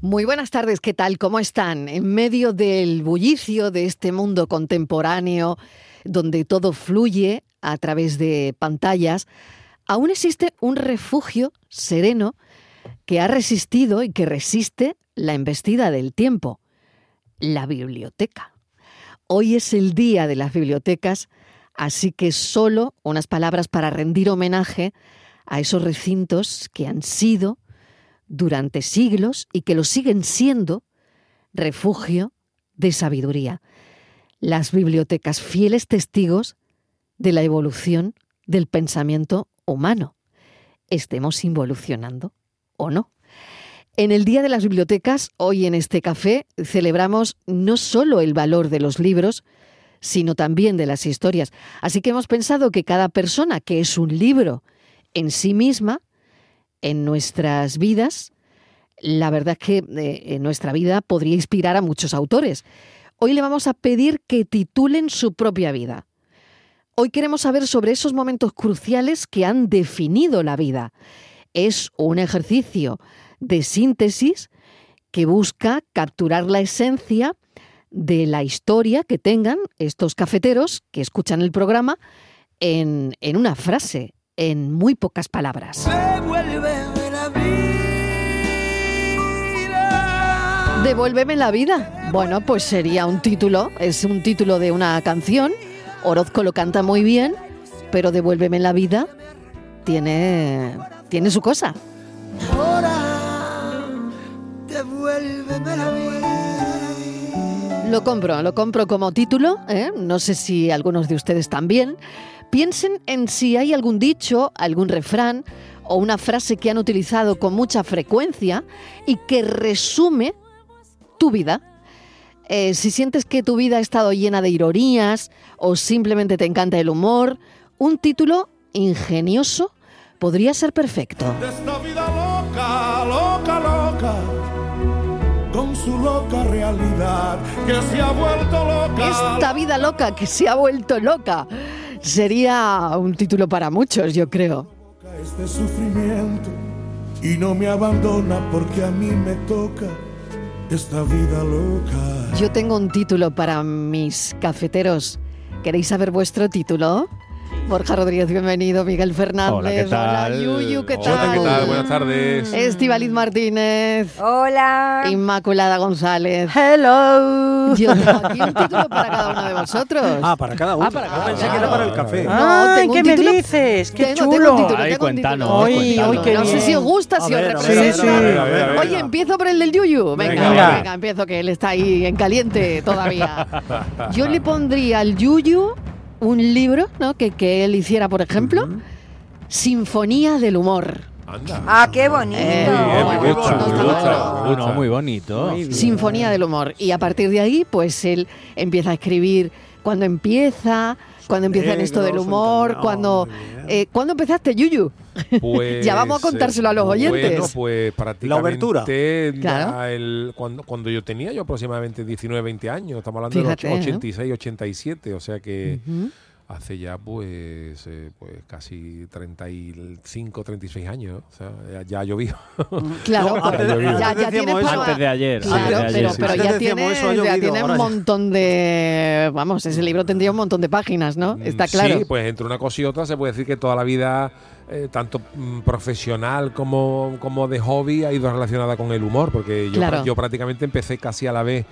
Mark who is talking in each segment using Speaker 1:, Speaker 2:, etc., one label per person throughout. Speaker 1: Muy buenas tardes, ¿qué tal? ¿Cómo están? En medio del bullicio de este mundo contemporáneo, donde todo fluye a través de pantallas, aún existe un refugio sereno que ha resistido y que resiste la embestida del tiempo, la biblioteca. Hoy es el día de las bibliotecas, así que solo unas palabras para rendir homenaje a esos recintos que han sido durante siglos y que lo siguen siendo refugio de sabiduría. Las bibliotecas, fieles testigos de la evolución del pensamiento humano. ¿Estemos involucionando o no? En el Día de las Bibliotecas, hoy en este café, celebramos no solo el valor de los libros, sino también de las historias. Así que hemos pensado que cada persona que es un libro en sí misma, en nuestras vidas, la verdad es que eh, en nuestra vida podría inspirar a muchos autores. Hoy le vamos a pedir que titulen su propia vida. Hoy queremos saber sobre esos momentos cruciales que han definido la vida. Es un ejercicio de síntesis que busca capturar la esencia de la historia que tengan estos cafeteros que escuchan el programa en, en una frase, en muy pocas palabras.
Speaker 2: Devuelve de la vida.
Speaker 1: Devuélveme la vida. Bueno, pues sería un título, es un título de una canción. Orozco lo canta muy bien, pero Devuélveme la vida tiene, tiene su cosa.
Speaker 2: Ahora devuélveme la vida.
Speaker 1: Lo compro, lo compro como título, ¿eh? no sé si algunos de ustedes también. Piensen en si hay algún dicho, algún refrán o una frase que han utilizado con mucha frecuencia y que resume tu vida. Eh, si sientes que tu vida ha estado llena de ironías o simplemente te encanta el humor, un título ingenioso podría ser perfecto.
Speaker 2: De esta vida loca, loca, loca. Con su loca realidad que se ha vuelto loca.
Speaker 1: Esta vida loca que se ha vuelto loca sería un título para muchos, yo creo.
Speaker 2: Este sufrimiento y no me abandona porque a mí me toca esta vida loca.
Speaker 1: Yo tengo un título para mis cafeteros. ¿Queréis saber vuestro título? Borja Rodríguez, bienvenido. Miguel Fernández.
Speaker 3: Hola, ¿qué tal?
Speaker 1: Yuyu, ¿qué
Speaker 3: Hola,
Speaker 1: tal?
Speaker 3: ¿qué tal? Buenas tardes.
Speaker 1: Estivaliz Martínez.
Speaker 4: Hola.
Speaker 1: Inmaculada González.
Speaker 4: Hello.
Speaker 1: Yo tengo aquí un título para cada uno de vosotros.
Speaker 5: Ah, para cada uno.
Speaker 1: Ah, para cada
Speaker 5: Pensé
Speaker 1: uno.
Speaker 5: que era para el café.
Speaker 1: Ah,
Speaker 4: Ay,
Speaker 1: tengo un
Speaker 4: ¿qué me
Speaker 1: título.
Speaker 4: dices? ¡Qué
Speaker 1: Tengo-
Speaker 4: chulo!
Speaker 1: tengo un título,
Speaker 3: Ay,
Speaker 1: tengo un título.
Speaker 3: cuéntanos,
Speaker 4: Ay, ay,
Speaker 3: cuéntanos.
Speaker 4: qué
Speaker 1: No sé
Speaker 4: bien.
Speaker 1: si os gusta,
Speaker 5: A
Speaker 1: si os
Speaker 5: ver, a ver,
Speaker 1: representa.
Speaker 4: a ver, a
Speaker 5: ver, a ver.
Speaker 1: Oye, empiezo por el del Yuyu. Venga,
Speaker 3: Venga,
Speaker 1: venga,
Speaker 5: va.
Speaker 1: venga, empiezo, que él está ahí en caliente todavía. Yo le pondría al Yuyu un libro ¿no? que, que él hiciera, por ejemplo, Sinfonía del Humor.
Speaker 3: Anda.
Speaker 4: Ah, qué bonito.
Speaker 1: Eh,
Speaker 3: Eh, me
Speaker 1: no
Speaker 3: gusta,
Speaker 1: está mal.
Speaker 3: me gusta, me gusta.
Speaker 5: Uno muy bonito.
Speaker 4: Muy bien.
Speaker 1: Sinfonía del Humor. Y a partir de ahí, pues él empieza a escribir cuando empieza, cuando empieza en
Speaker 5: Eh,
Speaker 1: esto del
Speaker 5: negros,
Speaker 1: humor,
Speaker 5: encaminados,
Speaker 1: cuando...
Speaker 5: muy bien. eh,
Speaker 1: Eh, ¿Cuándo empezaste, Yuyu?
Speaker 6: Pues,
Speaker 1: Ya vamos a contárselo a los oyentes.
Speaker 6: Bueno, pues prácticamente
Speaker 5: La obertura.
Speaker 1: Claro.
Speaker 6: da el- cuando, cuando yo tenía yo aproximadamente 19, 20 años, estamos hablando
Speaker 1: Fíjate,
Speaker 6: de
Speaker 1: ¿eh?
Speaker 6: los 86, 87, o sea que
Speaker 1: Ujú.
Speaker 6: hace ya pues, eh, pues casi 35, 36 años, o sea, ya, ya ha llovido.
Speaker 1: Claro,
Speaker 5: No, antes
Speaker 1: ya,
Speaker 5: de-
Speaker 1: ya
Speaker 5: antes
Speaker 1: tienes
Speaker 5: decíamos eso.
Speaker 1: para-
Speaker 5: Antes
Speaker 3: de ayer,
Speaker 6: antes
Speaker 1: Claro,
Speaker 6: de ayer,
Speaker 1: pero,
Speaker 6: sí,
Speaker 1: pero
Speaker 6: sí.
Speaker 1: ya
Speaker 5: Antes
Speaker 1: tienes,
Speaker 5: decíamos eso, ha
Speaker 1: ya
Speaker 5: llovido,
Speaker 1: tienes
Speaker 5: ahora
Speaker 1: un
Speaker 5: ya.
Speaker 1: montón de... Vamos, ese libro tendría un montón de páginas, ¿no?
Speaker 5: Mm,
Speaker 1: Está claro.
Speaker 6: Sí, pues entre una cosa y otra se puede decir que toda la vida, eh, tanto mm, profesional como, como de hobby, ha ido relacionada con el humor, porque yo,
Speaker 1: Claro.
Speaker 6: pra- yo prácticamente empecé casi a la vez.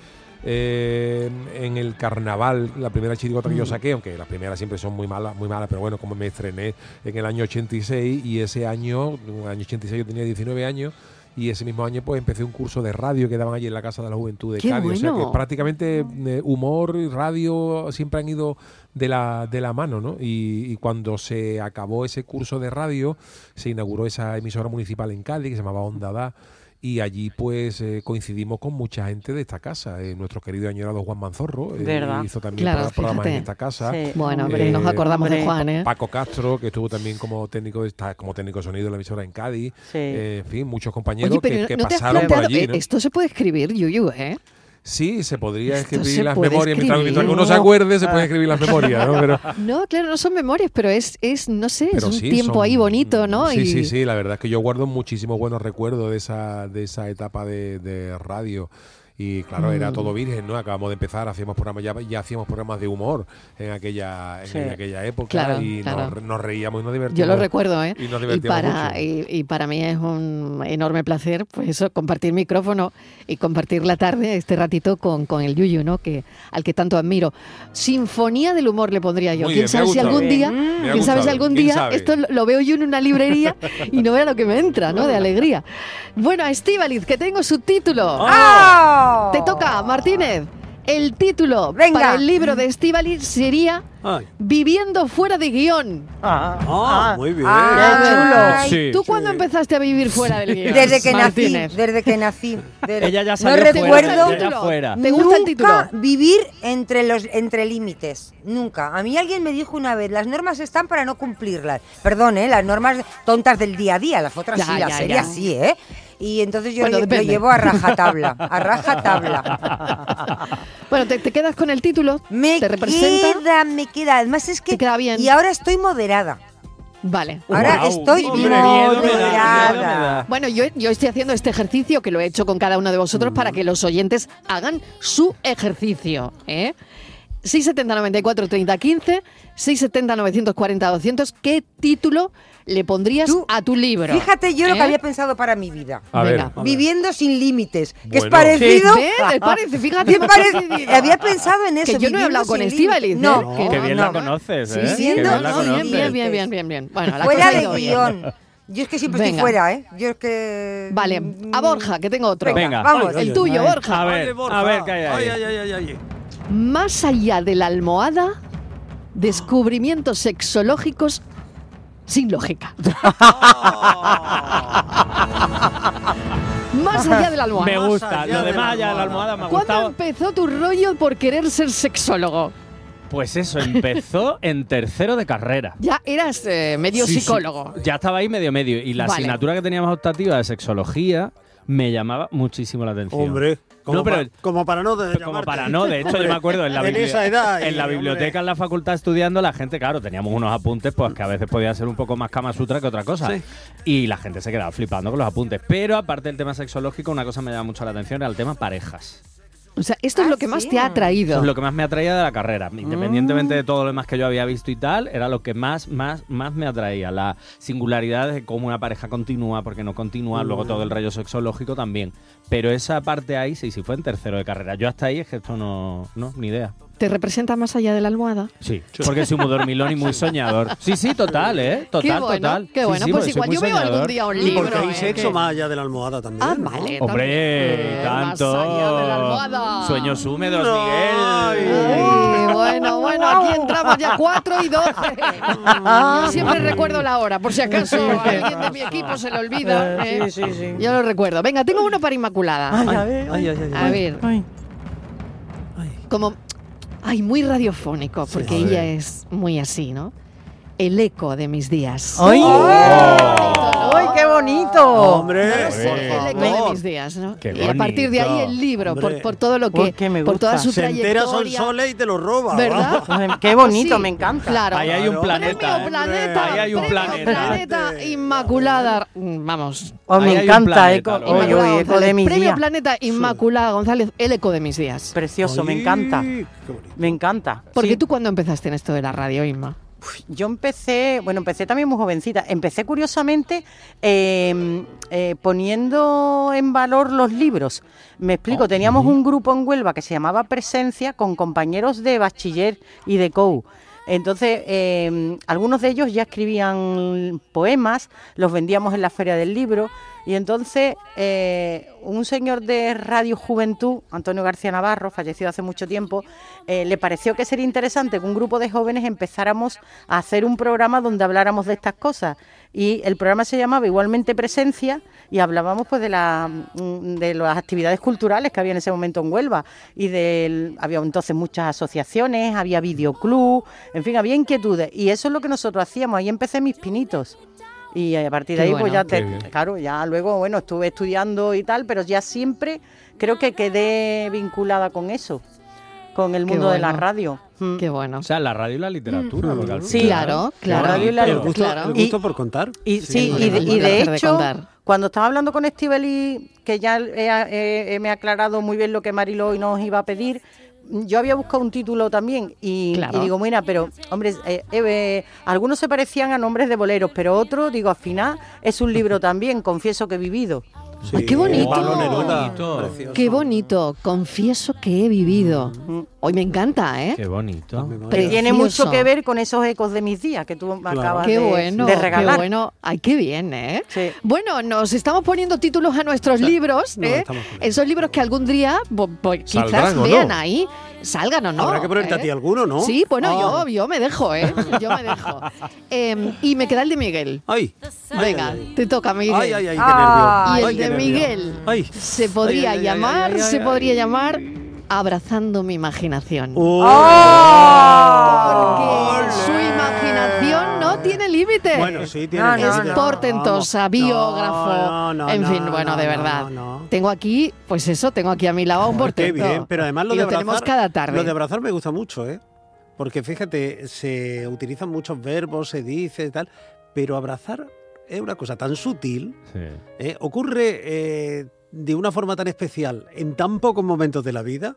Speaker 6: eh, en el carnaval, la primera chirigota
Speaker 1: Mm.
Speaker 6: que yo saqué, aunque las primeras siempre son muy malas, muy malas, pero bueno, como me estrené en el año 86 y ese año, en el año 86 yo tenía 19 años y ese mismo año pues empecé un curso de radio que daban allí en la Casa de la Juventud de
Speaker 1: ¡Qué
Speaker 6: Cádiz, o sea
Speaker 1: bueno!
Speaker 6: que prácticamente eh, humor y radio siempre han ido de la, de la mano, ¿no? Y, y cuando se acabó ese curso de radio, se inauguró esa emisora municipal en Cádiz que se llamaba Onda Da. Y allí pues eh, coincidimos con mucha gente de esta casa. Eh, nuestro querido añorado Juan Manzorro eh,
Speaker 4: Verdad.
Speaker 6: hizo también
Speaker 1: Claro,
Speaker 6: pro- programas
Speaker 1: fíjate.
Speaker 6: en esta casa.
Speaker 4: Sí.
Speaker 1: Bueno, hombre, nos acordamos de
Speaker 4: hombre.
Speaker 1: Juan, ¿eh?
Speaker 6: Paco Castro, que estuvo también como técnico de, está como técnico de sonido de la emisora en Cádiz.
Speaker 4: Sí.
Speaker 6: Eh, en fin, muchos
Speaker 1: Oye,
Speaker 6: compañeros
Speaker 1: pero
Speaker 6: que, que
Speaker 1: ¿no te has
Speaker 6: pasaron por
Speaker 1: planteado?
Speaker 6: allí.
Speaker 1: eh,
Speaker 6: ¿no?
Speaker 1: Esto se puede escribir, Yuyu, ¿eh?
Speaker 6: Sí, se podría
Speaker 1: Esto
Speaker 6: escribir
Speaker 1: se
Speaker 6: las
Speaker 1: puede
Speaker 6: memorias. Mientras,
Speaker 1: escribir. Ah.
Speaker 6: mientras que uno se acuerde, se pueden escribir las memorias, ¿no? Pero,
Speaker 1: No, claro, no son memorias, pero es, es no sé, es
Speaker 6: Ah. Pero
Speaker 1: un
Speaker 6: sí,
Speaker 1: tiempo
Speaker 6: son-
Speaker 1: ahí bonito, ¿no?
Speaker 6: Sí,
Speaker 1: y
Speaker 6: sí, sí, la verdad es que yo guardo muchísimos buenos recuerdos de esa, de esa etapa de, de radio. Y claro, era
Speaker 1: Mm.
Speaker 6: todo virgen, ¿no? Acabamos de empezar, hacíamos programas, ya, ya hacíamos programas de humor en aquella, en
Speaker 1: Sí.
Speaker 6: aquella época
Speaker 1: Claro,
Speaker 6: y nos-
Speaker 1: claro.
Speaker 6: Nos, reíamos y nos divertíamos.
Speaker 1: Yo lo recuerdo, ¿eh?
Speaker 6: Y nos
Speaker 1: y,
Speaker 6: divertíamos mucho.
Speaker 1: para, y, y para mí es un enorme placer, pues eso, compartir micrófono y compartir la tarde, este ratito con, con el Yuyu, ¿no? Que, al que tanto admiro. Sinfonía del humor le pondría yo.
Speaker 6: Muy
Speaker 1: ¿Quién
Speaker 6: bien, me
Speaker 1: sabe
Speaker 6: ha
Speaker 1: si
Speaker 6: gustado.
Speaker 1: algún día,
Speaker 6: Bien. Me ha
Speaker 1: quién sabe si
Speaker 6: gustado.
Speaker 1: algún
Speaker 6: ¿Quién
Speaker 1: día,
Speaker 6: sabe?
Speaker 1: esto lo- lo veo yo en una librería y no vea lo que me entra, ¿no? De alegría. Bueno, Estíbaliz, que tengo su título. Te toca, Martínez. El título para el libro de Estíbaliz sería
Speaker 5: Ay.
Speaker 1: Viviendo fuera de guión.
Speaker 5: Ah, muy bien.
Speaker 1: Ah,
Speaker 5: Qué chulo.
Speaker 1: ¿Tú cuándo empezaste a vivir fuera del guión?
Speaker 7: Desde que nací,
Speaker 1: Martínez?
Speaker 7: desde que nací. desde-
Speaker 5: Ella ya
Speaker 7: no
Speaker 5: salió fuera,
Speaker 7: recuerdo
Speaker 5: ella ya fuera.
Speaker 1: ¿Te gusta el título?
Speaker 7: nunca vivir entre los entre límites, nunca. A mí alguien me dijo una vez, las normas están para no cumplirlas. Perdón, ¿eh? las normas tontas del día a día, las otras
Speaker 1: Ya,
Speaker 7: sí, las
Speaker 1: ya,
Speaker 7: sería
Speaker 1: ya.
Speaker 7: así, ¿eh? Y entonces yo
Speaker 1: Bueno,
Speaker 7: lo- lo
Speaker 1: depende.
Speaker 7: llevo a rajatabla, a rajatabla.
Speaker 1: Bueno, te, te quedas con el título.
Speaker 7: Me
Speaker 1: ¿Te representa?
Speaker 7: queda, me queda. Además es que
Speaker 1: ¿Te queda bien?
Speaker 7: y ahora estoy moderada.
Speaker 1: Vale.
Speaker 7: Ahora
Speaker 5: Guau.
Speaker 7: estoy
Speaker 5: Hombre, miedo me da, miedo me
Speaker 7: moderada.
Speaker 5: da.
Speaker 1: Bueno, yo, yo estoy haciendo este ejercicio que lo he hecho con cada uno de vosotros
Speaker 5: Mm.
Speaker 1: para que los oyentes hagan su ejercicio. ¿eh? 670-94-30-15, 670-940-200, ¿qué título le pondrías
Speaker 7: Tú,
Speaker 1: a tu libro?
Speaker 7: Fíjate yo lo
Speaker 1: ¿Eh?
Speaker 7: que había pensado para mi vida.
Speaker 6: A ver,
Speaker 1: Venga.
Speaker 7: Viviendo sin límites, que es
Speaker 6: Bueno.
Speaker 7: parecido.
Speaker 1: ¿Ves? Les parece, fíjate.
Speaker 7: Bien parecido. Había pensado en eso.
Speaker 1: Que yo no he
Speaker 7: viviendo
Speaker 1: hablado con
Speaker 7: sin
Speaker 1: Estíbaliz.
Speaker 7: límites. No,
Speaker 1: ¿eh?
Speaker 5: Qué bien
Speaker 7: no.
Speaker 5: la conoces, ¿eh?
Speaker 7: Sí,
Speaker 5: Qué bien
Speaker 7: siendo-
Speaker 5: la
Speaker 7: no,
Speaker 5: conoces.
Speaker 1: bien, bien, bien, bien, bien, bien. Bueno, la cosa
Speaker 7: Fuera
Speaker 1: ha
Speaker 7: de
Speaker 1: ido bien.
Speaker 7: guión. Yo es que siempre
Speaker 1: Venga.
Speaker 7: estoy fuera, ¿eh? Yo es que. mm,
Speaker 1: Vale, a Borja, que tengo otro.
Speaker 5: Venga.
Speaker 7: Vamos.
Speaker 1: El tuyo, Borja.
Speaker 5: A ver, a ver, qué hay ahí.
Speaker 3: Ay, ay, ay, ay, ay.
Speaker 1: Más allá de la almohada, descubrimientos sexológicos sin lógica. Más allá de la almohada.
Speaker 5: Me gusta.
Speaker 3: allá
Speaker 5: Lo
Speaker 3: de la
Speaker 5: demás ya la almohada me ha
Speaker 1: ¿Cuándo
Speaker 5: gustado.
Speaker 1: empezó tu rollo por querer ser sexólogo?
Speaker 5: Pues eso, empezó en tercero de carrera.
Speaker 1: Ya eras eh, medio
Speaker 5: Sí, sí.
Speaker 1: psicólogo.
Speaker 5: Ya estaba ahí medio medio. Y la
Speaker 1: Vale.
Speaker 5: asignatura que teníamos optativa de sexología me llamaba muchísimo la atención.
Speaker 8: Hombre, como,
Speaker 5: No, pero-
Speaker 8: pa- como para no de-
Speaker 5: Como
Speaker 8: llamarte.
Speaker 5: para Ah, no, de hecho yo me acuerdo en la,
Speaker 8: en
Speaker 5: bibli-
Speaker 8: esa edad,
Speaker 5: en la
Speaker 8: y,
Speaker 5: biblioteca, en la facultad estudiando, la gente, claro, teníamos unos apuntes pues que a veces podía ser un poco más Kama Sutra que otra cosa. Y la gente se quedaba flipando con los apuntes. Pero aparte del tema sexológico, una cosa me llama mucho la atención, era el tema parejas.
Speaker 1: O sea, esto es
Speaker 7: Ah,
Speaker 1: lo que más
Speaker 7: sí.
Speaker 1: te ha
Speaker 5: Eso
Speaker 1: atraído.
Speaker 5: es lo que más me atraía de la carrera.
Speaker 8: Mm.
Speaker 5: Independientemente de todo lo demás que yo había visto y tal, era lo que más, más, más me atraía. La singularidad de cómo una pareja continúa, porque no continúa,
Speaker 8: Mm.
Speaker 5: luego todo el rayo sexológico también. Pero esa parte ahí, sí, sí, fue en tercero de carrera. Yo hasta ahí es que esto no, no ni idea.
Speaker 1: ¿Te representa más allá de la almohada?
Speaker 5: Sí, porque soy muy dormilón y muy soñador. Sí, sí, total, ¿eh? Total,
Speaker 1: qué bueno,
Speaker 5: total.
Speaker 1: Qué
Speaker 5: Sí,
Speaker 1: bueno,
Speaker 5: sí,
Speaker 1: pues
Speaker 5: porque soy
Speaker 1: igual
Speaker 5: muy
Speaker 1: yo veo algún
Speaker 5: soñador.
Speaker 1: día un
Speaker 8: hombre,
Speaker 1: libro.
Speaker 8: Porque hay
Speaker 1: ¿eh?
Speaker 8: sexo
Speaker 1: que-
Speaker 8: más allá de la almohada también.
Speaker 1: Ah,
Speaker 8: ¿no?
Speaker 1: vale.
Speaker 5: Hombre,
Speaker 1: Eh,
Speaker 5: tanto.
Speaker 1: Más allá de la almohada.
Speaker 5: Sueños húmedos,
Speaker 8: No,
Speaker 5: Miguel.
Speaker 1: Ay, bueno, bueno, aquí entramos ya 4 y Mm. 12. Yo siempre recuerdo la hora, por si acaso a alguien de mi equipo se le olvida. ¿eh? Yo lo recuerdo. Venga, tengo uno para Inmaculada.
Speaker 8: Ay, ay, ay, ay,
Speaker 1: A
Speaker 8: ay.
Speaker 1: ver. Como, ay, muy radiofónico, porque ella es muy así, ¿no? El eco de mis días.
Speaker 4: ¡Ay!
Speaker 1: Oh.
Speaker 4: ¡Ay, qué bonito!
Speaker 8: Hombre,
Speaker 1: El
Speaker 8: por
Speaker 1: eco de
Speaker 8: favor.
Speaker 1: mis días, ¿no?
Speaker 5: Qué
Speaker 1: y a partir de
Speaker 5: bonito.
Speaker 1: ahí el libro, por,
Speaker 8: Hombre.
Speaker 1: por todo lo que,
Speaker 4: Uy, que me
Speaker 1: por toda
Speaker 4: gusta.
Speaker 1: su
Speaker 8: Se entera Sol
Speaker 1: trayectoria,
Speaker 8: Sole y te lo roba.
Speaker 1: ¿verdad?
Speaker 4: ¡Qué bonito!
Speaker 1: Sí,
Speaker 4: Me encanta.
Speaker 1: Claro.
Speaker 5: Ahí hay un
Speaker 8: Claro.
Speaker 5: planeta.
Speaker 1: Premio
Speaker 5: ¿eh?
Speaker 1: planeta,
Speaker 5: Ahí hay un
Speaker 1: premio
Speaker 5: planeta.
Speaker 1: Planeta Inmaculada. mm, Vamos.
Speaker 4: Oh,
Speaker 5: Ahí
Speaker 4: me
Speaker 5: hay un
Speaker 4: encanta,
Speaker 5: planeta,
Speaker 4: eco,
Speaker 5: lo
Speaker 4: oye, oye,
Speaker 1: Inmaculada
Speaker 4: eco
Speaker 1: González,
Speaker 4: de mis
Speaker 1: premio
Speaker 4: días.
Speaker 1: Planeta Inmaculada González, el eco de mis días.
Speaker 4: Precioso, me encanta. Me encanta.
Speaker 1: Porque
Speaker 4: Sí.
Speaker 1: tú cuando empezaste en esto de la radio, Inma.
Speaker 4: Yo empecé, bueno, empecé también muy jovencita. Empecé curiosamente eh, eh, poniendo en valor los libros. Me explico, teníamos un grupo en Huelva que se llamaba Presencia con compañeros de bachiller y de COU. Entonces, eh, algunos de ellos ya escribían poemas, los vendíamos en la Feria del Libro. Y entonces, eh, un señor de Radio Juventud, Antonio García Navarro, fallecido hace mucho tiempo, eh, le pareció que sería interesante que un grupo de jóvenes empezáramos a hacer un programa donde habláramos de estas cosas. Y el programa se llamaba igualmente Presencia y hablábamos pues de, la, mm, de las actividades culturales que había en ese momento en Huelva. Y del, había entonces muchas asociaciones, había videoclub, en fin, había inquietudes. Y eso es lo que nosotros hacíamos. Ahí empecé mis pinitos. Y a partir
Speaker 1: Qué
Speaker 4: de ahí, pues
Speaker 1: bueno.
Speaker 4: ya
Speaker 6: Qué bien.
Speaker 4: te, claro, ya luego, bueno, estuve estudiando y tal, pero ya siempre creo que quedé vinculada con eso, con el
Speaker 1: Qué
Speaker 4: mundo de la
Speaker 1: bueno.
Speaker 4: radio. Mm.
Speaker 1: Qué bueno.
Speaker 5: O sea, la radio y la literatura. porque al
Speaker 4: Sí,
Speaker 5: final-
Speaker 1: claro, claro.
Speaker 4: La radio y la
Speaker 8: El
Speaker 4: Claro.
Speaker 8: gusto,
Speaker 1: Claro.
Speaker 8: el gusto por contar.
Speaker 4: Y sí,
Speaker 1: el
Speaker 4: y de,
Speaker 1: placer-
Speaker 4: y
Speaker 1: el
Speaker 4: de
Speaker 1: placer de
Speaker 4: hecho,
Speaker 1: contar.
Speaker 4: cuando estaba hablando con Estiveli, que ya he- he- he- me ha aclarado muy bien lo que Mariló hoy nos iba a pedir, yo había buscado un título también y,
Speaker 1: Claro.
Speaker 4: y digo, mira, pero, hombre, eh, eh, algunos se parecían a nombres de boleros, pero otro, digo, al final es un libro también, confieso que he vivido.
Speaker 1: Ay, qué bonito.
Speaker 8: Pablo Neruda,
Speaker 5: Bonito.
Speaker 8: precioso.
Speaker 1: Qué bonito, confieso que he vivido. Hoy me encanta, ¿eh?
Speaker 5: Qué bonito.
Speaker 4: Que Mm. tiene
Speaker 1: Precioso.
Speaker 4: mucho que ver con esos ecos de mis días que tú me acabas
Speaker 1: Qué
Speaker 4: de,
Speaker 1: bueno,
Speaker 4: de
Speaker 1: qué
Speaker 4: regalar.
Speaker 1: bueno. Ay, qué bien, ¿eh?
Speaker 4: Sí.
Speaker 1: Bueno, nos estamos poniendo títulos a nuestros libros,
Speaker 8: no,
Speaker 1: ¿eh?
Speaker 8: estamos con
Speaker 1: Esos libros que algún día bo- bo- quizás
Speaker 6: Saldrán, ¿o
Speaker 1: vean
Speaker 6: no?
Speaker 1: ahí, salgan o no.
Speaker 8: Habrá que ponerte
Speaker 1: ¿eh?
Speaker 8: a ti alguno, ¿no?
Speaker 1: Sí, bueno,
Speaker 8: Ah.
Speaker 1: yo, yo me dejo, ¿eh? Yo me dejo. Em, y me queda el de Miguel.
Speaker 8: Ay.
Speaker 1: Venga,
Speaker 8: ay,
Speaker 1: te toca, Miguel.
Speaker 8: Ay, ay, ay, qué nervio.
Speaker 7: Ah,
Speaker 1: Y el
Speaker 8: Ay, qué
Speaker 1: de
Speaker 8: nervio.
Speaker 1: Miguel
Speaker 8: Ay.
Speaker 1: se podría
Speaker 8: Ay, ay, ay,
Speaker 1: llamar,
Speaker 8: ay, ay,
Speaker 1: se
Speaker 8: ay,
Speaker 1: podría
Speaker 8: ay.
Speaker 1: llamar Abrazando mi imaginación.
Speaker 8: Oh.
Speaker 3: ¡Ah!
Speaker 8: Ah.
Speaker 1: Porque su imaginación no tiene límites.
Speaker 8: Bueno, sí, tiene
Speaker 7: No, no,
Speaker 8: límites.
Speaker 1: es
Speaker 7: no.
Speaker 1: portentosa,
Speaker 8: Vamos.
Speaker 1: biógrafo.
Speaker 8: No, no, no,
Speaker 1: en fin,
Speaker 8: no,
Speaker 1: bueno, de
Speaker 8: no,
Speaker 1: verdad.
Speaker 8: no, no.
Speaker 1: Tengo aquí, pues eso, tengo aquí a mi lado un
Speaker 8: Joder, Qué
Speaker 1: portento.
Speaker 8: bien, pero además lo
Speaker 1: Y
Speaker 8: de
Speaker 1: lo
Speaker 8: abrazar,
Speaker 1: tenemos cada tarde.
Speaker 8: Lo de abrazar me gusta mucho, ¿eh? Porque fíjate, se utilizan muchos verbos, se dice y tal, pero abrazar es una cosa tan sutil,
Speaker 5: Sí.
Speaker 8: ¿eh? ocurre eh, de una forma tan especial en tan pocos momentos de la vida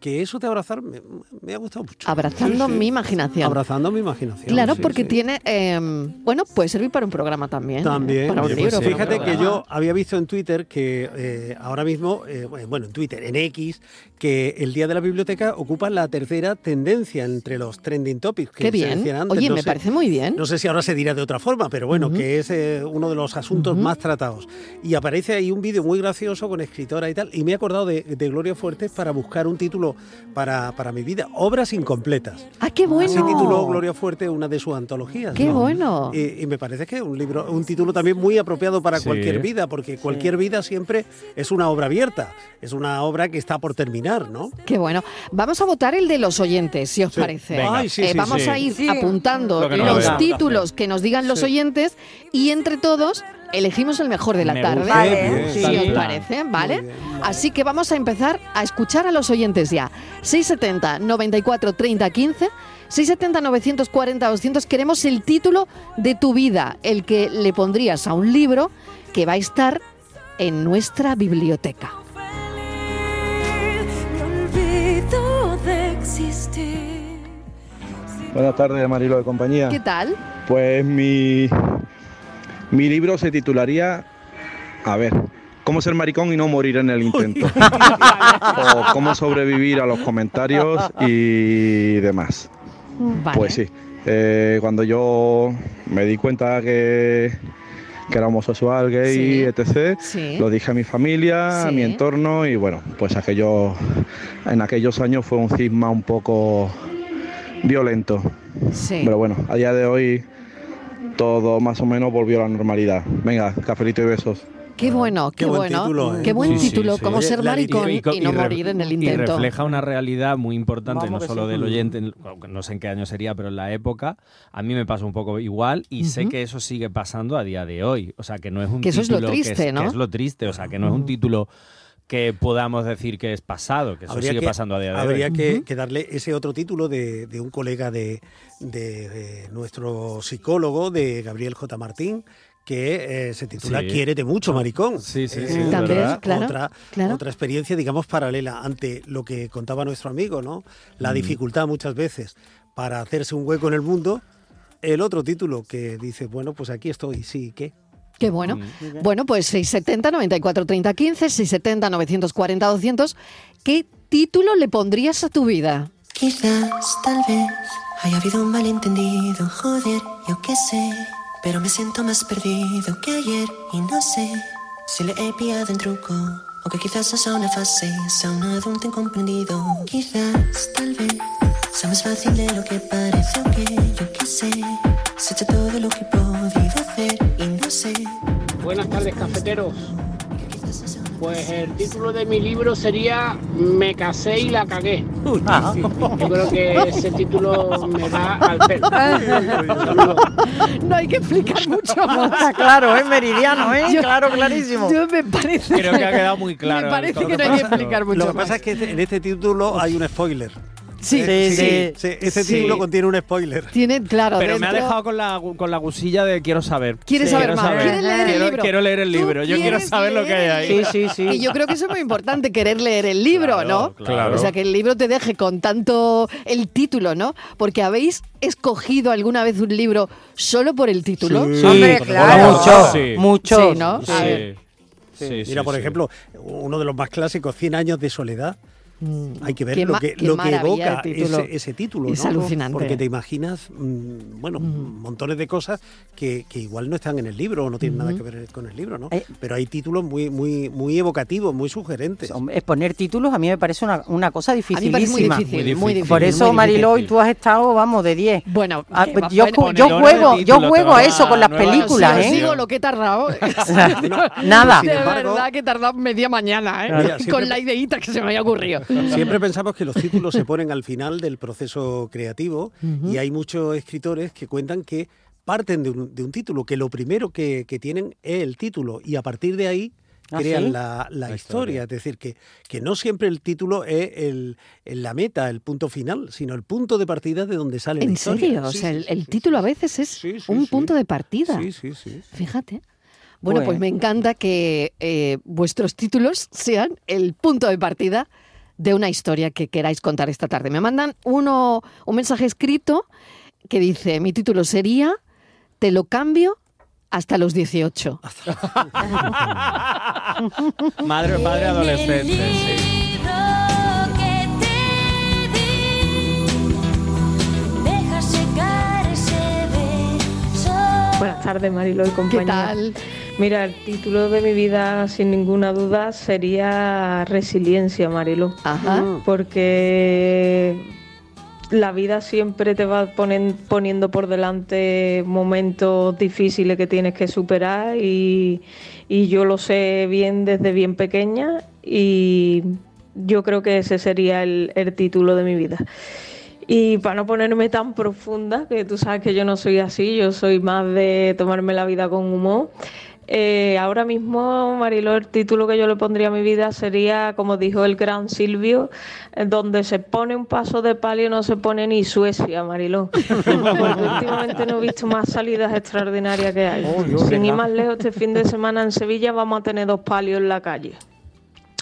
Speaker 8: que eso de abrazar me, me ha gustado mucho.
Speaker 1: Abrazando
Speaker 8: Sí, sí.
Speaker 1: mi imaginación.
Speaker 8: Abrazando mi imaginación.
Speaker 1: Claro,
Speaker 8: sí,
Speaker 1: porque
Speaker 8: sí.
Speaker 1: tiene, eh, bueno, puede servir para un programa también. ¿eh?
Speaker 8: También.
Speaker 1: Para un
Speaker 8: Oye, pues
Speaker 1: libro. para un
Speaker 8: fíjate que
Speaker 1: programa.
Speaker 8: yo había visto en Twitter que eh, ahora mismo, eh, bueno, en Twitter, en X, que el Día de la Biblioteca ocupa la tercera tendencia entre los trending topics. Que
Speaker 1: Qué
Speaker 8: se
Speaker 1: bien.
Speaker 8: decían antes.
Speaker 1: Oye,
Speaker 8: No
Speaker 1: me
Speaker 8: sé-
Speaker 1: parece muy bien.
Speaker 8: No sé si ahora se dirá de otra forma, pero bueno, que es eh, uno de los asuntos más tratados. Y aparece ahí un vídeo muy gracioso con escritora y tal, y me he acordado de, de Gloria Fuertes para buscar un título para, para mi vida, Obras Incompletas.
Speaker 1: Ah, qué bueno.
Speaker 8: Así tituló Gloria Fuerte una de sus antologías.
Speaker 1: Qué
Speaker 8: ¿no?
Speaker 1: bueno.
Speaker 8: Y, y me parece que es un libro, un título también muy apropiado para
Speaker 5: Sí.
Speaker 8: cualquier vida, porque cualquier vida siempre es una obra abierta, es una obra que está por terminar, ¿no?
Speaker 1: Qué bueno. Vamos a votar el de los oyentes, si os
Speaker 8: Sí.
Speaker 1: parece.
Speaker 5: Venga.
Speaker 8: Ay, sí,
Speaker 1: Eh,
Speaker 8: sí,
Speaker 1: vamos
Speaker 5: sí.
Speaker 1: a ir
Speaker 7: Sí.
Speaker 1: apuntando
Speaker 5: Lo que nos
Speaker 1: los
Speaker 5: vean.
Speaker 1: títulos que nos digan los oyentes y entre todos elegimos el mejor de la
Speaker 5: Me
Speaker 1: tarde.
Speaker 5: gusta,
Speaker 7: Vale,
Speaker 5: me gusta
Speaker 1: Si
Speaker 5: el
Speaker 1: os
Speaker 5: plan.
Speaker 1: parece, ¿vale? Así que vamos a empezar a escuchar a los oyentes ya. 670 94 30 15 670 940 200 queremos el título de tu vida, el que le pondrías a un libro que va a estar en nuestra biblioteca.
Speaker 9: feliz, me olvido de existir.
Speaker 10: Buenas tardes, Marilo de compañía.
Speaker 1: ¿Qué tal?
Speaker 10: Pues mi, mi libro se titularía, a ver, ¿Cómo ser maricón y no morir en el intento? o cómo sobrevivir a los comentarios y demás.
Speaker 1: Vale.
Speaker 10: Pues sí, eh, cuando yo me di cuenta que, que era homosexual, gay,
Speaker 1: Sí.
Speaker 10: etc.,
Speaker 1: Sí.
Speaker 10: lo dije a mi familia, a
Speaker 1: Sí.
Speaker 10: mi entorno y bueno, pues aquello, en aquellos años fue un cisma un poco violento.
Speaker 1: Sí.
Speaker 10: Pero bueno, a día de hoy todo más o menos volvió a la normalidad. Venga, cafelito y besos.
Speaker 1: Qué bueno, qué,
Speaker 8: Qué buen
Speaker 1: bueno.
Speaker 8: título, ¿eh?
Speaker 1: Qué buen
Speaker 5: Sí, sí,
Speaker 1: título,
Speaker 5: sí.
Speaker 1: como
Speaker 8: Oye,
Speaker 1: ser
Speaker 8: la
Speaker 1: maricón y,
Speaker 5: co-
Speaker 1: no
Speaker 5: re-
Speaker 1: morir en el
Speaker 5: Y
Speaker 1: intento.
Speaker 5: refleja una realidad muy importante,
Speaker 4: Vamos
Speaker 5: no
Speaker 4: que
Speaker 5: solo
Speaker 4: sí.
Speaker 1: Mm.
Speaker 5: del oyente, en- aunque no sé en qué año sería, pero en la época, a mí me pasa un poco igual y sé que eso sigue pasando a día de hoy. O sea, que no es un
Speaker 1: Que eso es lo
Speaker 5: título
Speaker 1: triste,
Speaker 5: que es,
Speaker 1: ¿no? Mm.
Speaker 5: que es lo triste, o sea, que no es un título que podamos decir que es pasado, que eso sigue pasando a día de
Speaker 8: habría
Speaker 5: hoy.
Speaker 8: que, que darle ese otro título de, de un colega de, de- de nuestro psicólogo, de Gabriel J. Martín, que eh, se titula
Speaker 5: Sí. Ah,
Speaker 8: Quiérete mucho, maricón.
Speaker 5: Sí, sí,
Speaker 8: Eh,
Speaker 5: sí,
Speaker 1: También,
Speaker 5: ¿verdad?
Speaker 1: claro,
Speaker 8: otra,
Speaker 1: claro.
Speaker 8: otra experiencia, digamos, paralela ante lo que contaba nuestro amigo, ¿no? La dificultad muchas veces para hacerse un hueco en el mundo. El otro título que dice, bueno, pues aquí estoy, sí, ¿qué?
Speaker 1: Qué bueno. Bueno, pues 670 94 30 15, 670 940 200. ¿Qué título le pondrías a tu vida?
Speaker 11: Quizás, tal vez, haya habido un malentendido, joder, yo qué sé. Pero me siento más perdido que ayer y no sé si le he pillado el truco o que quizás es una fase, sea un adulto incomprendido. Quizás, tal vez, sea más fácil de lo que parece o que yo qué sé. Se hecho todo lo que he podido hacer y no sé.
Speaker 12: Buenas tardes, cafeteros.
Speaker 11: que quizás eso sea una
Speaker 12: Pues el título de mi libro sería Me casé y la cagué. Yo creo que ese título me va al pelo.
Speaker 1: No hay que explicar mucho más.
Speaker 4: Está claro, ¿eh? Meridiano, ¿eh? Claro, clarísimo.
Speaker 1: Yo me parece.
Speaker 4: Creo que ha quedado muy
Speaker 1: Me parece que no hay que explicar mucho
Speaker 8: Lo que
Speaker 1: más.
Speaker 8: pasa es que en este título hay un spoiler.
Speaker 1: Sí,
Speaker 8: Eh,
Speaker 1: sí,
Speaker 8: sí, Este
Speaker 5: sí.
Speaker 8: título contiene un spoiler.
Speaker 1: Tiene, claro,
Speaker 5: Pero me ha
Speaker 1: dentro-
Speaker 5: dejado con la, gu- con la gusilla de quiero saber.
Speaker 1: Quieres saber más, quieres leer el
Speaker 5: quiero,
Speaker 1: libro.
Speaker 5: quiero leer el libro. Yo quiero
Speaker 1: quieres
Speaker 5: saber lo que hay ahí.
Speaker 1: Y yo creo que eso es muy importante, querer leer el libro, ¿no?
Speaker 5: claro.
Speaker 1: O sea, que el libro te deje con tanto el título, ¿no? Porque habéis escogido alguna vez un libro solo por el título.
Speaker 8: Sí. Hombre, claro. Mucho, mucho.
Speaker 1: Sí, ¿no?
Speaker 8: Sí.
Speaker 1: A ver.
Speaker 8: Sí,
Speaker 1: sí,
Speaker 8: Mira, por
Speaker 1: sí.
Speaker 8: ejemplo, uno de los más clásicos, 100 años de soledad.
Speaker 4: Mm,
Speaker 8: Hay que ver
Speaker 1: Qué
Speaker 8: lo
Speaker 1: ma-
Speaker 8: que,
Speaker 1: qué
Speaker 8: lo que
Speaker 1: maravilla el
Speaker 8: evoca
Speaker 1: título.
Speaker 8: Ese, ese título.
Speaker 1: Es
Speaker 8: ¿no?
Speaker 1: alucinante.
Speaker 8: Porque te imaginas, mm, bueno, montones de cosas que, que igual no están en el libro o no tienen nada
Speaker 4: Ujú.
Speaker 8: que ver con el libro, ¿no?
Speaker 4: Eh.
Speaker 8: Pero hay títulos muy, muy, muy evocativos, muy sugerentes.
Speaker 4: Hombre, Exponer títulos a mí me parece una, una cosa
Speaker 8: parece muy
Speaker 4: dificilísima.
Speaker 8: difícil, Muy muy difícil.
Speaker 4: Por
Speaker 8: difícil,
Speaker 4: eso,
Speaker 8: muy
Speaker 4: Mariló,
Speaker 8: difícil.
Speaker 4: y tú has estado, vamos, de 10.
Speaker 1: Bueno,
Speaker 4: Ah,
Speaker 1: que va-
Speaker 4: yo,
Speaker 1: bueno,
Speaker 4: ju-
Speaker 1: poner
Speaker 4: yo
Speaker 1: orden
Speaker 4: juego,
Speaker 1: de
Speaker 4: yo
Speaker 1: título,
Speaker 4: juego
Speaker 1: te
Speaker 4: a
Speaker 1: va-
Speaker 4: eso con las
Speaker 1: Bueno,
Speaker 4: películas,
Speaker 1: si os
Speaker 4: ¿eh?
Speaker 1: digo lo que he tardado.
Speaker 4: Nada.
Speaker 1: De
Speaker 8: Sin embargo-
Speaker 1: verdad que he tardado media mañana, ¿eh?
Speaker 8: Mira, siempre-
Speaker 1: Con la ideita que se me había ocurrido.
Speaker 8: Siempre pensamos que los títulos se ponen al final del proceso creativo y hay muchos escritores que cuentan que parten de un, de un título, que lo primero que, que tienen es el título y a partir de ahí
Speaker 13: ¿Ah,
Speaker 8: crean
Speaker 13: sí?
Speaker 8: la, la
Speaker 13: La
Speaker 8: historia.
Speaker 13: historia.
Speaker 8: Es decir, que, que no siempre el título es el, el- la meta, el punto final, sino el punto de partida de donde sale la
Speaker 1: ¿En
Speaker 8: historia.
Speaker 1: serio? O
Speaker 8: Sí,
Speaker 1: sea,
Speaker 8: sí,
Speaker 1: el,
Speaker 8: sí.
Speaker 1: el título a veces es un punto de partida.
Speaker 8: Sí, sí, sí.
Speaker 1: Fíjate. Bueno,
Speaker 8: Bueno.
Speaker 1: pues me encanta que eh, vuestros títulos sean el punto de partida de una historia que queráis contar esta tarde. Me mandan uno, un mensaje escrito que dice, mi título sería, te lo cambio hasta los 18.
Speaker 5: Madre, padre adolescente. sí.
Speaker 9: que te di, deja secar ese beso.
Speaker 14: Buenas tardes, Marilo y compañía. Mira, el título de mi vida, sin ninguna duda, sería Resiliencia, Marilo.
Speaker 1: Ajá.
Speaker 14: Porque la vida siempre te va ponen- poniendo por delante momentos difíciles que tienes que superar y, y yo lo sé bien desde bien pequeña y yo creo que ese sería el- el título de mi vida. Y para no ponerme tan profunda, que tú sabes que yo no soy así, yo soy más de tomarme la vida con humor. eh, ahora mismo, Mariló, el título que yo le pondría a mi vida sería, como dijo el gran Silvio, eh, donde se pone un paso de palio no se pone ni Suecia, Mariló. Porque últimamente no he visto más salidas extraordinarias que hay. Sin ir más lejos, este fin de semana en Sevilla vamos a tener dos palios en la calle.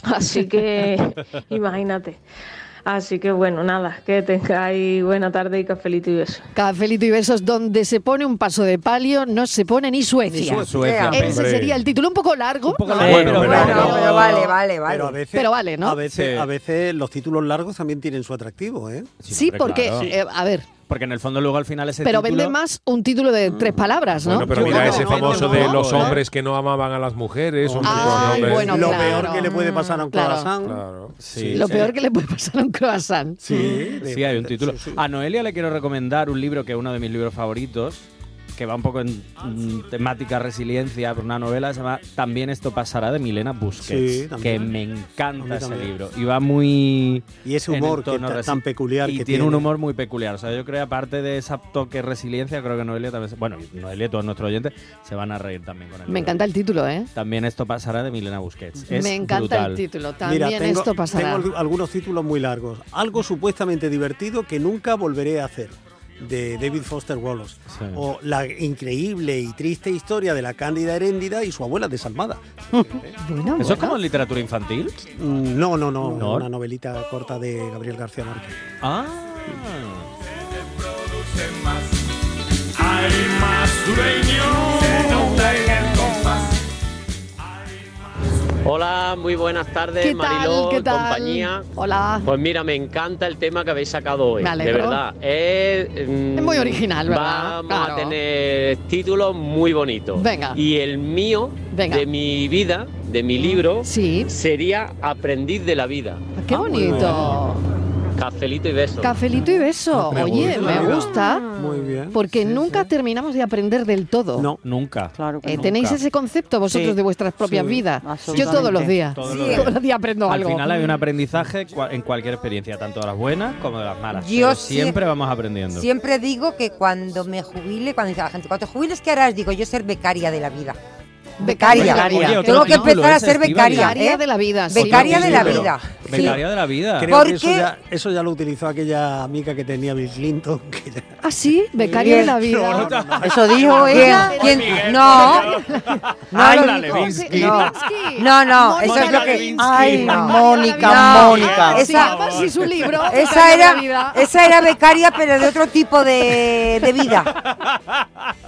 Speaker 14: Así que imagínate. Así que bueno, nada, que tengáis buena tarde y cafelito y beso.
Speaker 1: Cafelito y besos, donde se pone un paso de palio, no se pone ni Suecia.
Speaker 5: Ni Suecia,
Speaker 1: Ese
Speaker 5: hombre.
Speaker 1: sería el título un poco largo. Ah, ¿no?
Speaker 8: Bueno, pero-
Speaker 7: Pero vale, vale, vale.
Speaker 8: Pero a veces,
Speaker 1: Pero vale, ¿no?
Speaker 8: A veces, a veces los títulos largos también tienen su atractivo, ¿eh?
Speaker 1: Sí, porque, eh, a ver,
Speaker 5: Porque en el fondo luego al final ese
Speaker 1: pero
Speaker 5: título...
Speaker 1: vende más un título de tres palabras, ¿no?
Speaker 6: Bueno, pero mira ese famoso de los hombres que no amaban a las mujeres. hombres con hombres.
Speaker 1: bueno, Lo claro. peor que le
Speaker 8: puede pasar a un
Speaker 1: claro.
Speaker 8: croissant.
Speaker 6: Claro.
Speaker 5: Sí,
Speaker 1: Lo
Speaker 5: sí.
Speaker 1: peor que le puede pasar a un croissant.
Speaker 8: Sí,
Speaker 5: Sí, hay un título. A Noelia le quiero recomendar un libro que es uno de mis libros favoritos, que va un poco en mm, temática resiliencia, pero una novela que se llama También esto pasará de Milena Busquets,
Speaker 8: Sí, también.
Speaker 5: que me encanta
Speaker 8: A mí
Speaker 5: ese
Speaker 8: también.
Speaker 5: libro. Y va muy...
Speaker 8: Y ese
Speaker 5: en el
Speaker 8: humor que
Speaker 5: tono
Speaker 8: ta-
Speaker 5: resi-
Speaker 8: tan peculiar
Speaker 5: y
Speaker 8: que
Speaker 5: tiene, un
Speaker 8: tiene.
Speaker 5: humor muy peculiar. O sea, yo creo que aparte de ese toque resiliencia, creo que Noelia también... se- Bueno, y Noelia y todos nuestros oyentes se van a reír también con el
Speaker 1: Me
Speaker 5: libro.
Speaker 1: encanta el título, ¿eh?
Speaker 5: También esto pasará de Milena Busquets. Es
Speaker 1: Me encanta el
Speaker 5: brutal.
Speaker 1: título. También
Speaker 8: tengo-
Speaker 1: esto pasará.
Speaker 8: Tengo al- algunos títulos muy largos. Algo supuestamente divertido que nunca volveré a hacer, de David Foster Wallace.
Speaker 5: Sí.
Speaker 8: O la increíble y triste historia de la cándida heréndida y su abuela desalmada.
Speaker 1: Bueno,
Speaker 5: ¿Eso es como literatura infantil?
Speaker 8: Mm, No, no, no,
Speaker 5: No.
Speaker 8: Una novelita corta de Gabriel García Márquez.
Speaker 5: Ah.
Speaker 2: Hay más sureño. Se nota en el compás.
Speaker 15: Hola, muy buenas tardes,
Speaker 1: ¿Qué
Speaker 15: Mariló,
Speaker 1: tal? ¿Qué tal?
Speaker 15: compañía.
Speaker 1: Hola.
Speaker 15: Pues mira, me encanta el tema que habéis sacado hoy,
Speaker 1: Me
Speaker 15: de
Speaker 1: alegro.
Speaker 15: verdad. Es, mm,
Speaker 1: Es muy original, ¿verdad?
Speaker 15: Vamos
Speaker 1: Claro.
Speaker 15: a tener títulos muy bonitos.
Speaker 1: Venga.
Speaker 15: Y el mío,
Speaker 1: Venga.
Speaker 15: de mi vida, de mi libro, sería Aprendiz de la Vida. Ah,
Speaker 1: Qué Ah, bonito.
Speaker 15: Cafelito y beso.
Speaker 1: Cafelito y beso.
Speaker 15: Me
Speaker 1: Oye,
Speaker 15: gusta.
Speaker 1: me gusta.
Speaker 15: Muy bien,
Speaker 1: Porque nunca terminamos de aprender del todo.
Speaker 5: No, nunca. Claro
Speaker 1: Eh, ¿Tenéis ese concepto vosotros
Speaker 5: Sí,
Speaker 1: de vuestras propias
Speaker 5: sí,
Speaker 1: vidas? Yo
Speaker 5: absolutamente.
Speaker 1: todos los días.
Speaker 5: Todos
Speaker 1: Sí,
Speaker 5: los días.
Speaker 1: todos los días aprendo
Speaker 5: Al
Speaker 1: algo. Mm.
Speaker 5: final hay un aprendizaje cua- en cualquier experiencia, tanto de las buenas como de las malas.
Speaker 7: Yo
Speaker 5: Pero
Speaker 7: sie-
Speaker 5: siempre vamos aprendiendo.
Speaker 7: Siempre digo que cuando me jubile, cuando dice la gente, cuando te jubiles, ¿qué harás? Digo, yo ser becaria de la vida. Becaria.
Speaker 5: Becaria. Oye, otro
Speaker 7: Tengo que
Speaker 5: título,
Speaker 7: empezar a
Speaker 5: ese,
Speaker 7: ser
Speaker 5: Estíbaliz.
Speaker 7: becaria.
Speaker 1: Becaria
Speaker 7: ¿eh?
Speaker 1: de la vida, sí.
Speaker 7: Becaria de la
Speaker 8: pero-
Speaker 7: vida.
Speaker 5: Becaria de la vida.
Speaker 8: Creo
Speaker 7: ¿Por
Speaker 8: que eso
Speaker 7: qué?
Speaker 8: ya, eso ya lo utilizó aquella amiga que tenía Bill Clinton. que ya-
Speaker 1: ¿Ah, sí? Becaria de la vida.
Speaker 4: Eso dijo
Speaker 1: ¿Quién?
Speaker 4: ella.
Speaker 1: ¿Quién?
Speaker 4: No.
Speaker 7: No,
Speaker 1: Ah,
Speaker 4: Ay,
Speaker 7: lo
Speaker 4: la
Speaker 7: digo.
Speaker 4: Levinsky.
Speaker 7: No. no, no, eso es lo que.
Speaker 4: Levinsky. Ay, Mónica,
Speaker 7: No,
Speaker 4: Mónica.
Speaker 7: Esa,
Speaker 1: Sí, su libro,
Speaker 7: esa
Speaker 1: Becaria de la
Speaker 7: era, esa era becaria, pero de otro tipo de, de vida.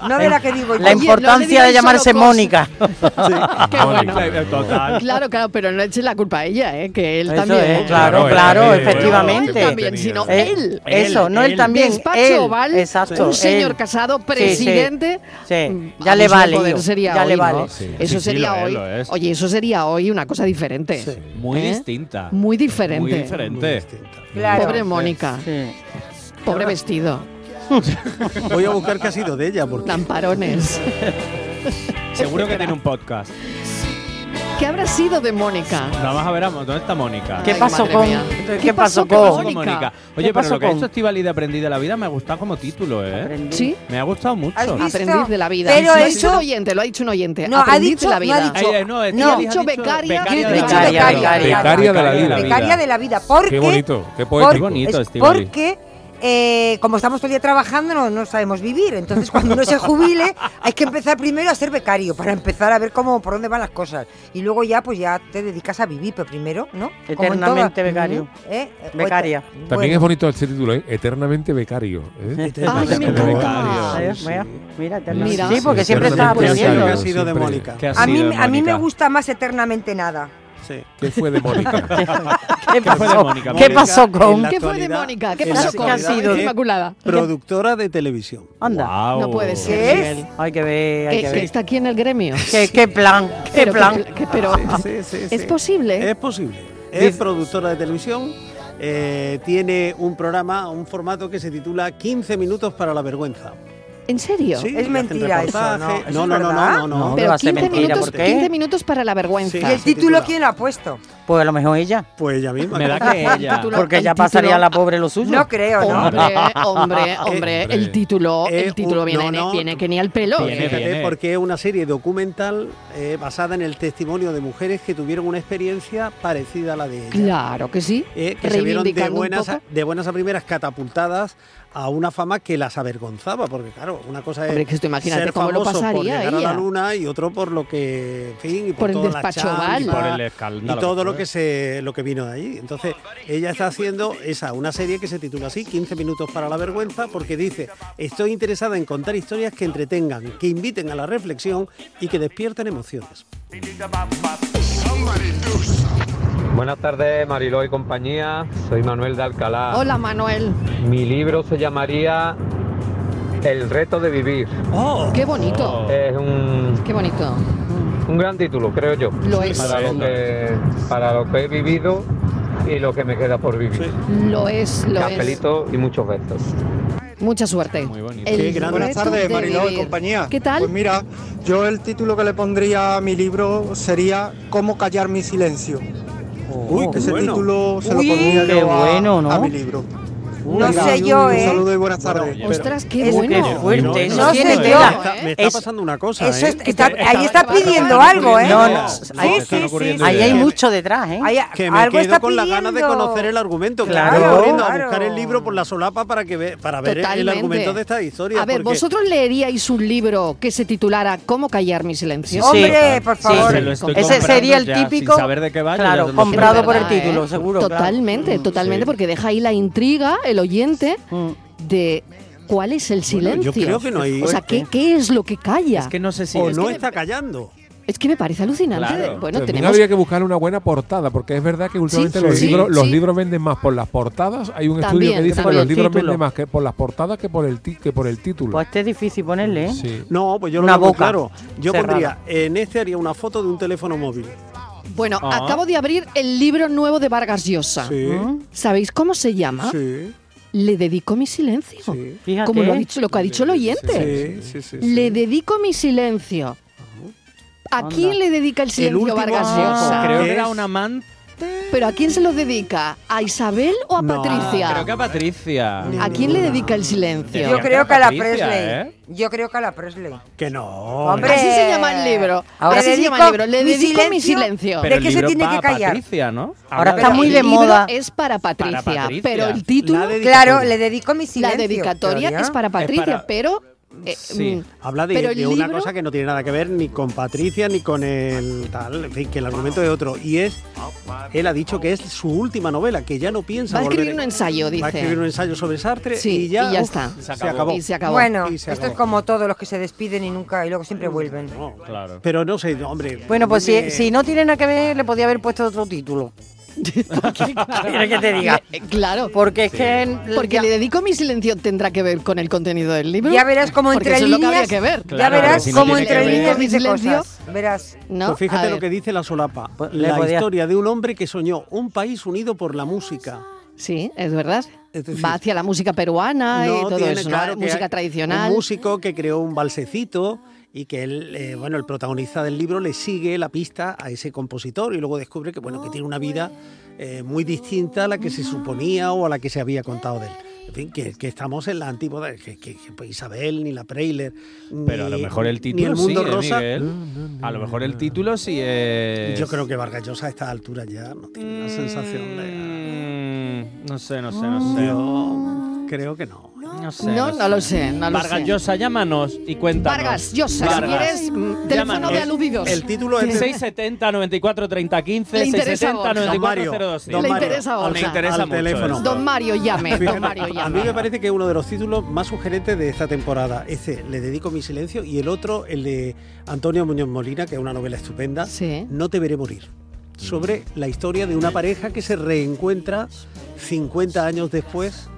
Speaker 7: No de la que digo yo.
Speaker 4: La importancia de llamarse Mónica.
Speaker 7: Qué
Speaker 5: bueno. Total.
Speaker 1: Claro, claro, pero no eche la culpa a ella, ¿eh? que él
Speaker 4: Eso
Speaker 1: también.
Speaker 4: es, claro,
Speaker 1: Él
Speaker 4: claro,
Speaker 1: también.
Speaker 4: efectivamente.
Speaker 1: No él también, sino
Speaker 4: Eh,
Speaker 1: él.
Speaker 4: eso, no él también,
Speaker 1: Despacho
Speaker 4: él,
Speaker 1: Oval,
Speaker 4: exacto,
Speaker 1: un
Speaker 4: él.
Speaker 1: señor casado,
Speaker 4: Sí, sí.
Speaker 1: presidente.
Speaker 4: Sí,
Speaker 1: Vamos,
Speaker 4: ya le
Speaker 1: no
Speaker 4: vale.
Speaker 1: poder,
Speaker 4: digo,
Speaker 1: sería
Speaker 4: ya
Speaker 1: hoy,
Speaker 4: le
Speaker 1: ¿no?
Speaker 4: vale.
Speaker 1: Eso
Speaker 5: Sí, sí,
Speaker 1: sería
Speaker 5: lo es,
Speaker 1: hoy.
Speaker 5: lo es.
Speaker 1: Oye, eso sería hoy una cosa diferente.
Speaker 5: Muy
Speaker 1: ¿Eh?
Speaker 5: distinta.
Speaker 1: Muy diferente.
Speaker 5: Muy diferente. Ah.
Speaker 1: Claro. Pobre Mónica. Pobre vestido.
Speaker 8: Voy a buscar qué ha sido de ella. Porque...
Speaker 1: Lamparones.
Speaker 5: Seguro que tiene un podcast.
Speaker 1: ¿Qué habrá sido de Mónica?
Speaker 5: Vamos a ver, vamos, ¿dónde está Mónica?
Speaker 1: ¿Qué Ay, pasó madre con- mía. ¿qué ¿Qué pasó pasó con con Mónica? ¿Qué
Speaker 5: Oye, pero
Speaker 1: pasó
Speaker 5: lo que ha
Speaker 1: con-
Speaker 5: hecho Estivali de Aprendí de la Vida me ha gustado como título, ¿eh?
Speaker 1: ¿Sí?
Speaker 5: Me ha gustado mucho.
Speaker 1: Aprendiz de la vida.
Speaker 7: Pero
Speaker 1: lo ha
Speaker 7: eso-
Speaker 1: dicho un oyente, lo ha dicho un oyente.
Speaker 7: No, ha
Speaker 1: Aprendiz de
Speaker 7: dicho-
Speaker 1: la
Speaker 7: no ha
Speaker 1: vida.
Speaker 7: dicho- Ay, eh,
Speaker 5: no,
Speaker 7: Estíbaliz ha dicho
Speaker 1: becaria.
Speaker 5: becaria
Speaker 1: yo he
Speaker 5: de la
Speaker 1: dicho
Speaker 5: vida.
Speaker 1: becaria.
Speaker 6: Becaria de la vida.
Speaker 7: Becaria de la vida. Porque,
Speaker 6: Qué bonito, qué poético.
Speaker 7: por-
Speaker 6: Qué bonito,
Speaker 7: es
Speaker 6: Estíbaliz.
Speaker 7: Porque, eh, como estamos todo el día trabajando, no, no sabemos vivir. Entonces, cuando uno se jubile, hay que empezar primero a ser becario, para empezar a ver cómo, por dónde van las cosas. Y luego ya, pues ya te dedicas a vivir, pero primero, ¿no? Como en
Speaker 4: Eternamente
Speaker 7: todas.
Speaker 4: becario.
Speaker 7: Ujú, ¿eh? Eh,
Speaker 4: Becaria.
Speaker 7: otra-
Speaker 6: También
Speaker 7: bueno.
Speaker 6: es bonito este título, ¿eh? Eternamente becario. ¿eh?
Speaker 4: Este Eternamente becario.
Speaker 6: Sí,
Speaker 4: Mira, mira, eternamente.
Speaker 7: Mira.
Speaker 4: Sí, porque siempre está
Speaker 6: Eternamente
Speaker 4: aprendiendo.
Speaker 6: becario,
Speaker 4: ha sido de
Speaker 6: siempre.
Speaker 4: Mónica?
Speaker 5: ¿Qué ha
Speaker 7: A mí,
Speaker 5: sido,
Speaker 7: me- a mí me
Speaker 5: Mónica?
Speaker 7: gusta más eternamente nada.
Speaker 6: ¿Qué fue de Mónica?
Speaker 4: ¿Qué
Speaker 8: fue de
Speaker 4: pasó?
Speaker 8: Mónica?
Speaker 4: ¿Qué pasó
Speaker 8: Mónica, en
Speaker 4: con?
Speaker 8: la
Speaker 1: ¿Qué fue de
Speaker 8: actualidad-
Speaker 1: Mónica? ¿Qué
Speaker 8: en la
Speaker 1: pasó con
Speaker 8: actualidad es
Speaker 1: Inmaculada?
Speaker 8: Productora de televisión.
Speaker 4: Anda.
Speaker 1: No puede ser.
Speaker 4: ¿Qué
Speaker 1: Miguel.
Speaker 4: es? Hay que ver, hay
Speaker 1: que,
Speaker 4: que
Speaker 1: que
Speaker 4: ver.
Speaker 1: está aquí en el gremio.
Speaker 4: ¿Qué, qué plan? ¿Qué
Speaker 1: Pero que-
Speaker 4: plan?
Speaker 1: que- pero-
Speaker 8: Sí, sí, Eh, sí.
Speaker 1: ¿Es posible?
Speaker 8: Es posible. Es productora de televisión. eh, tiene un programa, un formato que se titula 15 minutos para la vergüenza.
Speaker 1: ¿En serio?
Speaker 8: Sí, hacen reportajes. No, no, no, no, no, no.
Speaker 4: Pero
Speaker 1: Pero
Speaker 4: va a ser
Speaker 1: 15
Speaker 4: mentira,
Speaker 1: minutos,
Speaker 4: ¿por qué?
Speaker 1: 15 minutos para la vergüenza.
Speaker 8: Sí, ¿Y el se título titula.
Speaker 7: quién lo ha puesto?
Speaker 4: Pues a lo mejor ella.
Speaker 8: Pues ella misma.
Speaker 4: Me da
Speaker 8: claro.
Speaker 4: que ella. Porque ya pasaría la pobre lo suyo.
Speaker 7: No creo, ¿no?
Speaker 1: Hombre, hombre, hombre, el título,
Speaker 8: Ah, Eh,
Speaker 1: el título
Speaker 8: un-
Speaker 1: viene,
Speaker 8: no, no.
Speaker 1: viene que ni al pelo. ¿eh?
Speaker 8: Fíjate, porque es una serie documental eh, basada en el testimonio de mujeres que tuvieron una experiencia parecida a la de ella.
Speaker 1: Claro que sí.
Speaker 8: eh, que se vieron de
Speaker 1: Reivindicando un
Speaker 8: buenas, a,
Speaker 1: poco.
Speaker 8: de buenas a primeras catapultadas a una fama que las avergonzaba, porque claro, una cosa es
Speaker 1: Hombre, que esto imagínate
Speaker 8: ser
Speaker 1: cómo lo
Speaker 8: famoso por
Speaker 1: pasaría
Speaker 8: llegar a
Speaker 1: ella.
Speaker 8: la luna y otro por lo que, en fin, y por,
Speaker 1: Por el
Speaker 8: toda la
Speaker 1: despacho
Speaker 8: chamba
Speaker 1: oval.
Speaker 8: y
Speaker 1: Y por el
Speaker 5: escándalo
Speaker 8: y todo
Speaker 5: que
Speaker 8: lo
Speaker 5: fue.
Speaker 8: que se lo que vino de allí. Entonces, ella está haciendo esa una serie que se titula así 15 minutos para la vergüenza porque dice, "Estoy interesada en contar historias que entretengan, que inviten a la reflexión y que despierten emociones."
Speaker 13: Buenas tardes, Mariló y compañía. Soy Manuel de Alcalá.
Speaker 1: Hola, Manuel.
Speaker 13: Mi libro se llamaría El reto de vivir.
Speaker 1: Oh, Qué bonito.
Speaker 13: Es un,
Speaker 1: Qué bonito.
Speaker 13: un gran título, creo yo.
Speaker 1: Lo es.
Speaker 13: Para lo, que, para lo que he vivido y lo que me queda por vivir.
Speaker 1: Lo es, lo es.
Speaker 13: Cafelito y muchos besos.
Speaker 1: Mucha suerte. El
Speaker 16: Sí, gran- buenas
Speaker 1: reto
Speaker 16: tardes,
Speaker 1: de
Speaker 16: Mariló y
Speaker 1: vivir.
Speaker 16: compañía.
Speaker 1: ¿Qué tal?
Speaker 16: Pues mira, yo el título que le pondría a mi libro sería Cómo callar mi silencio.
Speaker 8: Oh,
Speaker 4: Uy, qué
Speaker 16: Ese
Speaker 4: bueno.
Speaker 16: título se
Speaker 4: Uy,
Speaker 16: lo pondría
Speaker 4: qué
Speaker 16: yo a,
Speaker 4: bueno, ¿no?
Speaker 16: a mi libro.
Speaker 4: No sé yo, ¿eh?
Speaker 16: Un saludo y buenas tardes.
Speaker 1: Ostras,
Speaker 4: Es
Speaker 1: qué
Speaker 4: que
Speaker 1: bueno. ¿eh?
Speaker 4: es fuerte,
Speaker 8: No,
Speaker 4: eso
Speaker 8: no,
Speaker 4: tiene
Speaker 8: no,
Speaker 4: tela.
Speaker 8: me está- me está
Speaker 4: Es-
Speaker 8: pasando una cosa,
Speaker 7: Eso
Speaker 8: ¿eh?
Speaker 7: está- está- ahí está pidiendo algo, ¿eh?
Speaker 4: No, no,
Speaker 7: Sí,
Speaker 4: ahí,
Speaker 7: sí, sí, sí.
Speaker 4: ahí hay mucho detrás, ¿eh?
Speaker 7: Ahí-
Speaker 8: Que me
Speaker 7: algo
Speaker 8: quedo
Speaker 7: está
Speaker 8: con la gana de
Speaker 7: pidiendo.
Speaker 8: conocer el argumento. que me
Speaker 4: Claro,
Speaker 8: estoy corriendo
Speaker 4: claro.
Speaker 8: a buscar el libro por la solapa para que ve- para ver el
Speaker 1: Totalmente.
Speaker 8: argumento de esta historia.
Speaker 1: A ver,
Speaker 8: porque-
Speaker 1: ¿vosotros leeríais un libro que se titulara ¿Cómo callar mi silencio?
Speaker 4: Sí, Hombre, sí. por favor.
Speaker 5: Se lo estoy
Speaker 4: Ese sería el
Speaker 5: comprando ya,
Speaker 4: típico-
Speaker 5: Sin saber de qué va. yo
Speaker 4: claro,
Speaker 5: ya lo
Speaker 4: comprado
Speaker 5: sé.
Speaker 4: por el ¿Verdad, título, eh? seguro, claro.
Speaker 1: Totalmente, totalmente, porque deja ahí la intriga, el oyente, de cuál es el
Speaker 8: Bueno,
Speaker 1: silencio.
Speaker 8: yo creo que no hay-
Speaker 1: O sea, ¿qué, qué es lo que calla?
Speaker 5: Es que no sé si.
Speaker 8: o
Speaker 5: es
Speaker 8: no
Speaker 5: que-
Speaker 8: está callando.
Speaker 1: Es que me parece alucinante.
Speaker 5: Claro.
Speaker 1: Bueno,
Speaker 6: También
Speaker 1: tenemos
Speaker 6: habría que buscar una buena portada, porque es verdad que últimamente los,
Speaker 1: sí,
Speaker 6: libros,
Speaker 1: sí.
Speaker 6: los libros venden más por las portadas. Hay un estudio
Speaker 1: También,
Speaker 6: que dice
Speaker 1: también.
Speaker 6: que
Speaker 1: Por
Speaker 6: los
Speaker 1: el
Speaker 6: libros
Speaker 1: título.
Speaker 6: venden más que por las portadas que por el, ti- que por el título.
Speaker 4: Pues este es difícil ponerle, ¿eh?
Speaker 6: Sí.
Speaker 8: No, pues yo lo
Speaker 4: Una
Speaker 8: veo muy
Speaker 4: boca
Speaker 8: claro. Yo
Speaker 4: cerrada.
Speaker 8: pondría, en este haría una foto de un teléfono móvil.
Speaker 1: Bueno,
Speaker 5: Ah.
Speaker 1: acabo de abrir el libro nuevo de Vargas Llosa. Mm.
Speaker 5: Sí.
Speaker 1: ¿Sabéis cómo se llama?
Speaker 5: Sí.
Speaker 1: Le dedico mi silencio.
Speaker 5: Fíjate.
Speaker 1: Como lo, ha dicho, lo que ha dicho el oyente.
Speaker 5: sí, sí, sí, sí.
Speaker 1: Le dedico mi silencio. ¿A
Speaker 5: Anda.
Speaker 1: quién le dedica el silencio Vargas Llosa?
Speaker 5: Creo que era un amante.
Speaker 1: ¿Pero a quién se lo dedica? ¿A Isabel o a Patricia?
Speaker 5: Creo que a Patricia.
Speaker 1: ¿A quién le dedica el silencio?
Speaker 7: Yo creo que a la
Speaker 5: Patricia,
Speaker 7: Presley.
Speaker 5: ¿eh?
Speaker 7: Yo creo que a la Presley.
Speaker 8: Que no.
Speaker 7: Hombre.
Speaker 1: Así se llama el libro.
Speaker 7: Ahora
Speaker 1: Así
Speaker 7: le
Speaker 1: se llama el
Speaker 7: dedico
Speaker 1: libro. Le
Speaker 7: mi
Speaker 1: dedico mi silencio.
Speaker 7: silencio. ¿De qué se tiene que callar?
Speaker 5: Patricia, ¿no?
Speaker 7: Ahora
Speaker 5: Habla
Speaker 7: está
Speaker 5: de-
Speaker 7: muy
Speaker 1: el
Speaker 7: de
Speaker 1: libro
Speaker 7: moda.
Speaker 1: es para Patricia,
Speaker 5: Para Patricia.
Speaker 1: pero el título,
Speaker 5: La dedicatoria. Claro, le
Speaker 7: dedico mi silencio,
Speaker 1: La dedicatoria
Speaker 7: teoría.
Speaker 1: es para
Speaker 7: Es
Speaker 1: Patricia,
Speaker 7: para-
Speaker 1: pero eh,
Speaker 8: Sí,
Speaker 1: mm,
Speaker 8: habla de,
Speaker 1: pero el
Speaker 8: de una
Speaker 1: libro-
Speaker 8: cosa que no tiene nada que ver ni con Patricia ni con el tal, en fin, que el argumento es otro. Y es, él ha dicho que es su última novela, que ya no piensa.
Speaker 1: Va a
Speaker 8: volver
Speaker 1: escribir un ensayo,
Speaker 8: Va a
Speaker 1: dice.
Speaker 8: escribir un ensayo sobre Sartre
Speaker 1: Sí,
Speaker 8: y ya,
Speaker 1: y ya
Speaker 8: uf,
Speaker 1: está.
Speaker 8: Se acabó.
Speaker 1: Y se acabó.
Speaker 7: Bueno,
Speaker 8: Y se
Speaker 7: esto es
Speaker 8: acabó.
Speaker 7: como todos los que se despiden y nunca y luego siempre vuelven.
Speaker 5: Claro.
Speaker 8: Pero no sé, hombre.
Speaker 4: Bueno, pues si,
Speaker 8: dime-
Speaker 4: si no tiene nada que ver, le podía haber puesto otro título. ¿Qué quieres que te diga?
Speaker 1: Claro.
Speaker 4: Porque es que.
Speaker 1: Porque
Speaker 4: ya-
Speaker 1: le dedico mi silencio tendrá que ver con el contenido del libro.
Speaker 7: Ya verás cómo
Speaker 1: Porque
Speaker 7: entre
Speaker 1: eso es lo que habría
Speaker 7: líneas-
Speaker 1: que ver.
Speaker 7: ya Claro, verás si no cómo tiene entre que ver. líneas
Speaker 1: Mi
Speaker 7: dice
Speaker 1: silencio,
Speaker 7: cosas. Verás.
Speaker 1: ¿no?
Speaker 8: Pues fíjate
Speaker 1: A
Speaker 8: lo
Speaker 1: ver.
Speaker 8: que dice la solapa.
Speaker 1: le
Speaker 8: La
Speaker 1: podía-
Speaker 8: historia de un hombre que soñó un país unido por la música.
Speaker 1: Sí, es verdad. Va hacia la música peruana y
Speaker 8: No
Speaker 1: todo
Speaker 8: tiene,
Speaker 1: eso, ¿no?
Speaker 8: claro, que
Speaker 1: música
Speaker 8: hay
Speaker 1: tradicional.
Speaker 8: Un músico que creó un balsecito y que él, eh, bueno, el protagonista del libro le sigue la pista a ese compositor y luego descubre que, bueno, que tiene una vida eh, muy distinta a la que se suponía o a la que se había contado de él. En fin, que, que estamos en la antípoda, que, que- que, pues, Isabel, ni la Preyler,
Speaker 5: Pero a lo mejor el
Speaker 8: ni
Speaker 5: título
Speaker 8: el mundo
Speaker 5: sí, ¿eh,
Speaker 8: rosa.
Speaker 5: Miguel? A lo mejor el título sí es...
Speaker 8: Yo creo que Vargas Llosa a esta altura ya no tiene la sensación de...
Speaker 5: Mm, No sé, no sé, no sé.
Speaker 8: Yo creo que no.
Speaker 5: No ¿eh? sé.
Speaker 1: No, no lo sé, no lo
Speaker 5: Vargas
Speaker 1: sé.
Speaker 5: Llosa, llámanos y cuéntanos.
Speaker 1: Vargas Llosa, si quieres, mm, teléfono
Speaker 5: llámanos.
Speaker 1: de aludidos.
Speaker 5: El título es 670 94 30 15
Speaker 1: Le interesa a
Speaker 5: 670
Speaker 1: Borja. Don
Speaker 5: 94
Speaker 1: Mario, Le interesa a Borja.
Speaker 5: Me interesa
Speaker 8: Al
Speaker 5: mucho
Speaker 8: teléfono.
Speaker 5: eso.
Speaker 1: Don Mario llame,
Speaker 8: Fíjate,
Speaker 1: don Mario
Speaker 8: a mí
Speaker 1: llame.
Speaker 8: me parece que es uno de los títulos más sugerentes de esta temporada. Este, Le dedico mi silencio, y el otro, el de Antonio Muñoz Molina, que es una novela estupenda, No te veré morir, sobre la historia de una pareja que se reencuentra 50 años después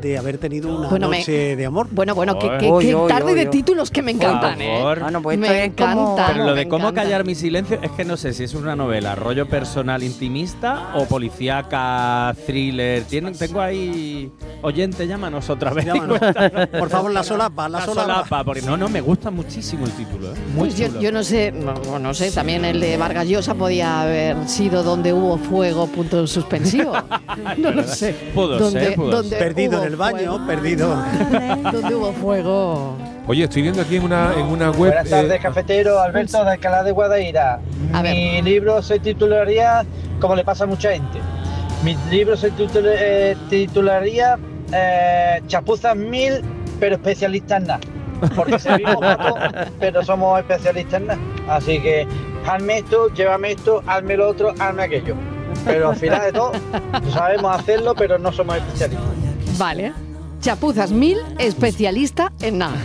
Speaker 8: de haber tenido una
Speaker 1: Bueno, me-
Speaker 8: noche de amor.
Speaker 1: Bueno, bueno, que, que- que tarde de títulos que me encantan, ¿eh?
Speaker 5: pues
Speaker 8: Pues
Speaker 1: me encanta.
Speaker 5: Pero lo de cómo callar mi silencio es que no sé si es una novela, rollo personal intimista o policíaca, thriller. Tienen, tengo ahí. Oyente, llámanos otra vez. y
Speaker 8: Llámanos.
Speaker 5: cuéntanos.
Speaker 8: Por favor, la solapa, la solapa.
Speaker 5: porque no, no, me gusta muchísimo el título. ¿eh? Muy
Speaker 1: Pues yo,
Speaker 5: chulo.
Speaker 1: yo no sé, no, no, no sé, también el de Vargas Llosa podía haber sido donde hubo fuego, punto suspensivo. Pues, no lo sé.
Speaker 5: Pudo
Speaker 1: Donde-
Speaker 5: ser, pudo
Speaker 1: donde
Speaker 5: ser.
Speaker 8: Perdido
Speaker 1: hubo
Speaker 8: en el baño,
Speaker 1: fuego.
Speaker 8: perdido.
Speaker 1: donde hubo fuego.
Speaker 6: Oye, estoy viendo aquí en una, en una web.
Speaker 17: Buenas tardes,
Speaker 6: eh,
Speaker 17: cafetero. Alberto de Alcalá de Guadaira. Mi libro se titularía, como le pasa a mucha gente, mi libro se titul- eh, titularía eh, Chapuzas Mil, pero especialistas en nada. Porque servimos pato, pero somos especialistas en nada. Así que, hazme esto, llévame esto, hazme lo otro, hazme aquello. Pero al final de todo, sabemos hacerlo, pero no somos especialistas.
Speaker 1: Vale. Chapuzas mil, especialista en nada.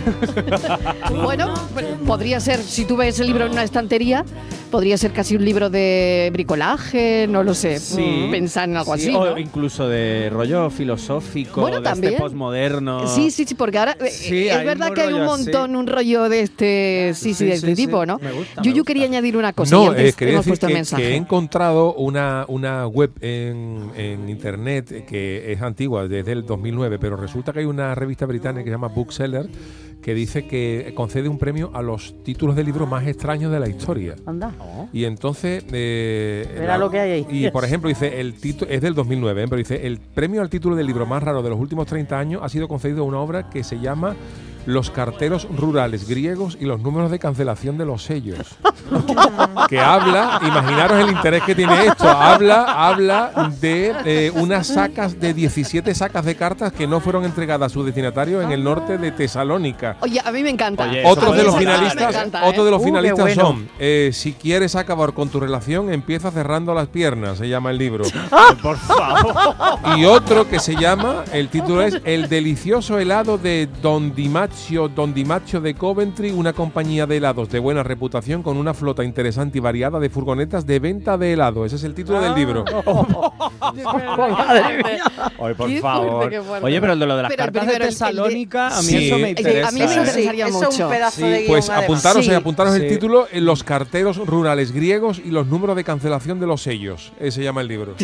Speaker 1: bueno, p- podría ser, si tú ves el libro en una estantería, podría ser casi un libro de bricolaje, no lo sé. mm,
Speaker 5: Sí.
Speaker 1: Pensar en algo
Speaker 5: Sí,
Speaker 1: así.
Speaker 5: O
Speaker 1: ¿no?
Speaker 5: incluso de rollo filosófico,
Speaker 1: Bueno,
Speaker 5: de
Speaker 1: también.
Speaker 5: este posmoderno.
Speaker 1: Sí, sí, sí, porque ahora eh,
Speaker 5: Sí,
Speaker 1: es
Speaker 5: hay
Speaker 1: verdad
Speaker 5: un
Speaker 1: que hay un
Speaker 5: rollo
Speaker 1: montón, un rollo de este, sí, sí,
Speaker 5: Sí,
Speaker 1: de este
Speaker 5: sí, sí.
Speaker 1: tipo, ¿no?
Speaker 5: Me gusta,
Speaker 1: Yo, yo quería añadir una cosa. y
Speaker 6: No, eh,
Speaker 1: antes
Speaker 6: quería
Speaker 1: hemos
Speaker 6: decir
Speaker 1: puesto el
Speaker 6: que,
Speaker 1: mensaje.
Speaker 6: que he encontrado una, una web en, en internet eh, que es antigua, desde el 2009, pero resulta que hay una revista británica que se llama Bookseller que dice que concede un premio a los títulos de libros más extraños de la historia.
Speaker 4: Anda.
Speaker 6: Y entonces... eh,
Speaker 4: Verá lo que hay ahí.
Speaker 6: Y por ejemplo, dice, el título es del 2009, ¿eh? pero dice, el premio al título del libro más raro de los últimos 30 años ha sido concedido a una obra que se llama... Los carteros rurales griegos y los números de cancelación de los sellos que habla, imaginaros el interés que tiene esto, habla, habla de eh, unas sacas de 17 sacas de cartas que no fueron entregadas a su destinatario en el norte de Tesalónica.
Speaker 1: Oye, a mí me encanta.
Speaker 6: Otros de los
Speaker 1: Esa parte me
Speaker 6: finalistas,
Speaker 1: encanta, ¿eh?
Speaker 6: otros de los finalistas son eh, Si quieres acabar con tu relación, empieza cerrando las piernas, se llama el libro.
Speaker 5: Por favor.
Speaker 6: Y otro que se llama, el título es El delicioso helado de Don Dimachu Ignacio Don Dimacho de Coventry, una compañía de helados de buena reputación con una flota interesante y variada de furgonetas de venta de helado. Ese es el título del libro.
Speaker 5: Madre mía. Oye, por
Speaker 6: Ah. Qué fuerte,
Speaker 5: favor.
Speaker 6: qué fuerte.
Speaker 5: Oye, pero lo de las
Speaker 6: Pero
Speaker 5: cartas
Speaker 6: primero
Speaker 5: de
Speaker 6: el- el de-
Speaker 5: Tesalónica, a mí
Speaker 6: Sí.
Speaker 5: eso me
Speaker 6: El de-
Speaker 5: interesa.
Speaker 6: a mí me
Speaker 5: ¿eh?
Speaker 6: interesaría
Speaker 4: eso es un pedazo
Speaker 6: Sí,
Speaker 4: de guión,
Speaker 6: pues
Speaker 4: además.
Speaker 6: apuntaros,
Speaker 4: Sí.
Speaker 6: eh, apuntaros
Speaker 4: Sí.
Speaker 6: el título eh, Los carteros rurales griegos y los números de cancelación de los sellos. Ese llama el libro.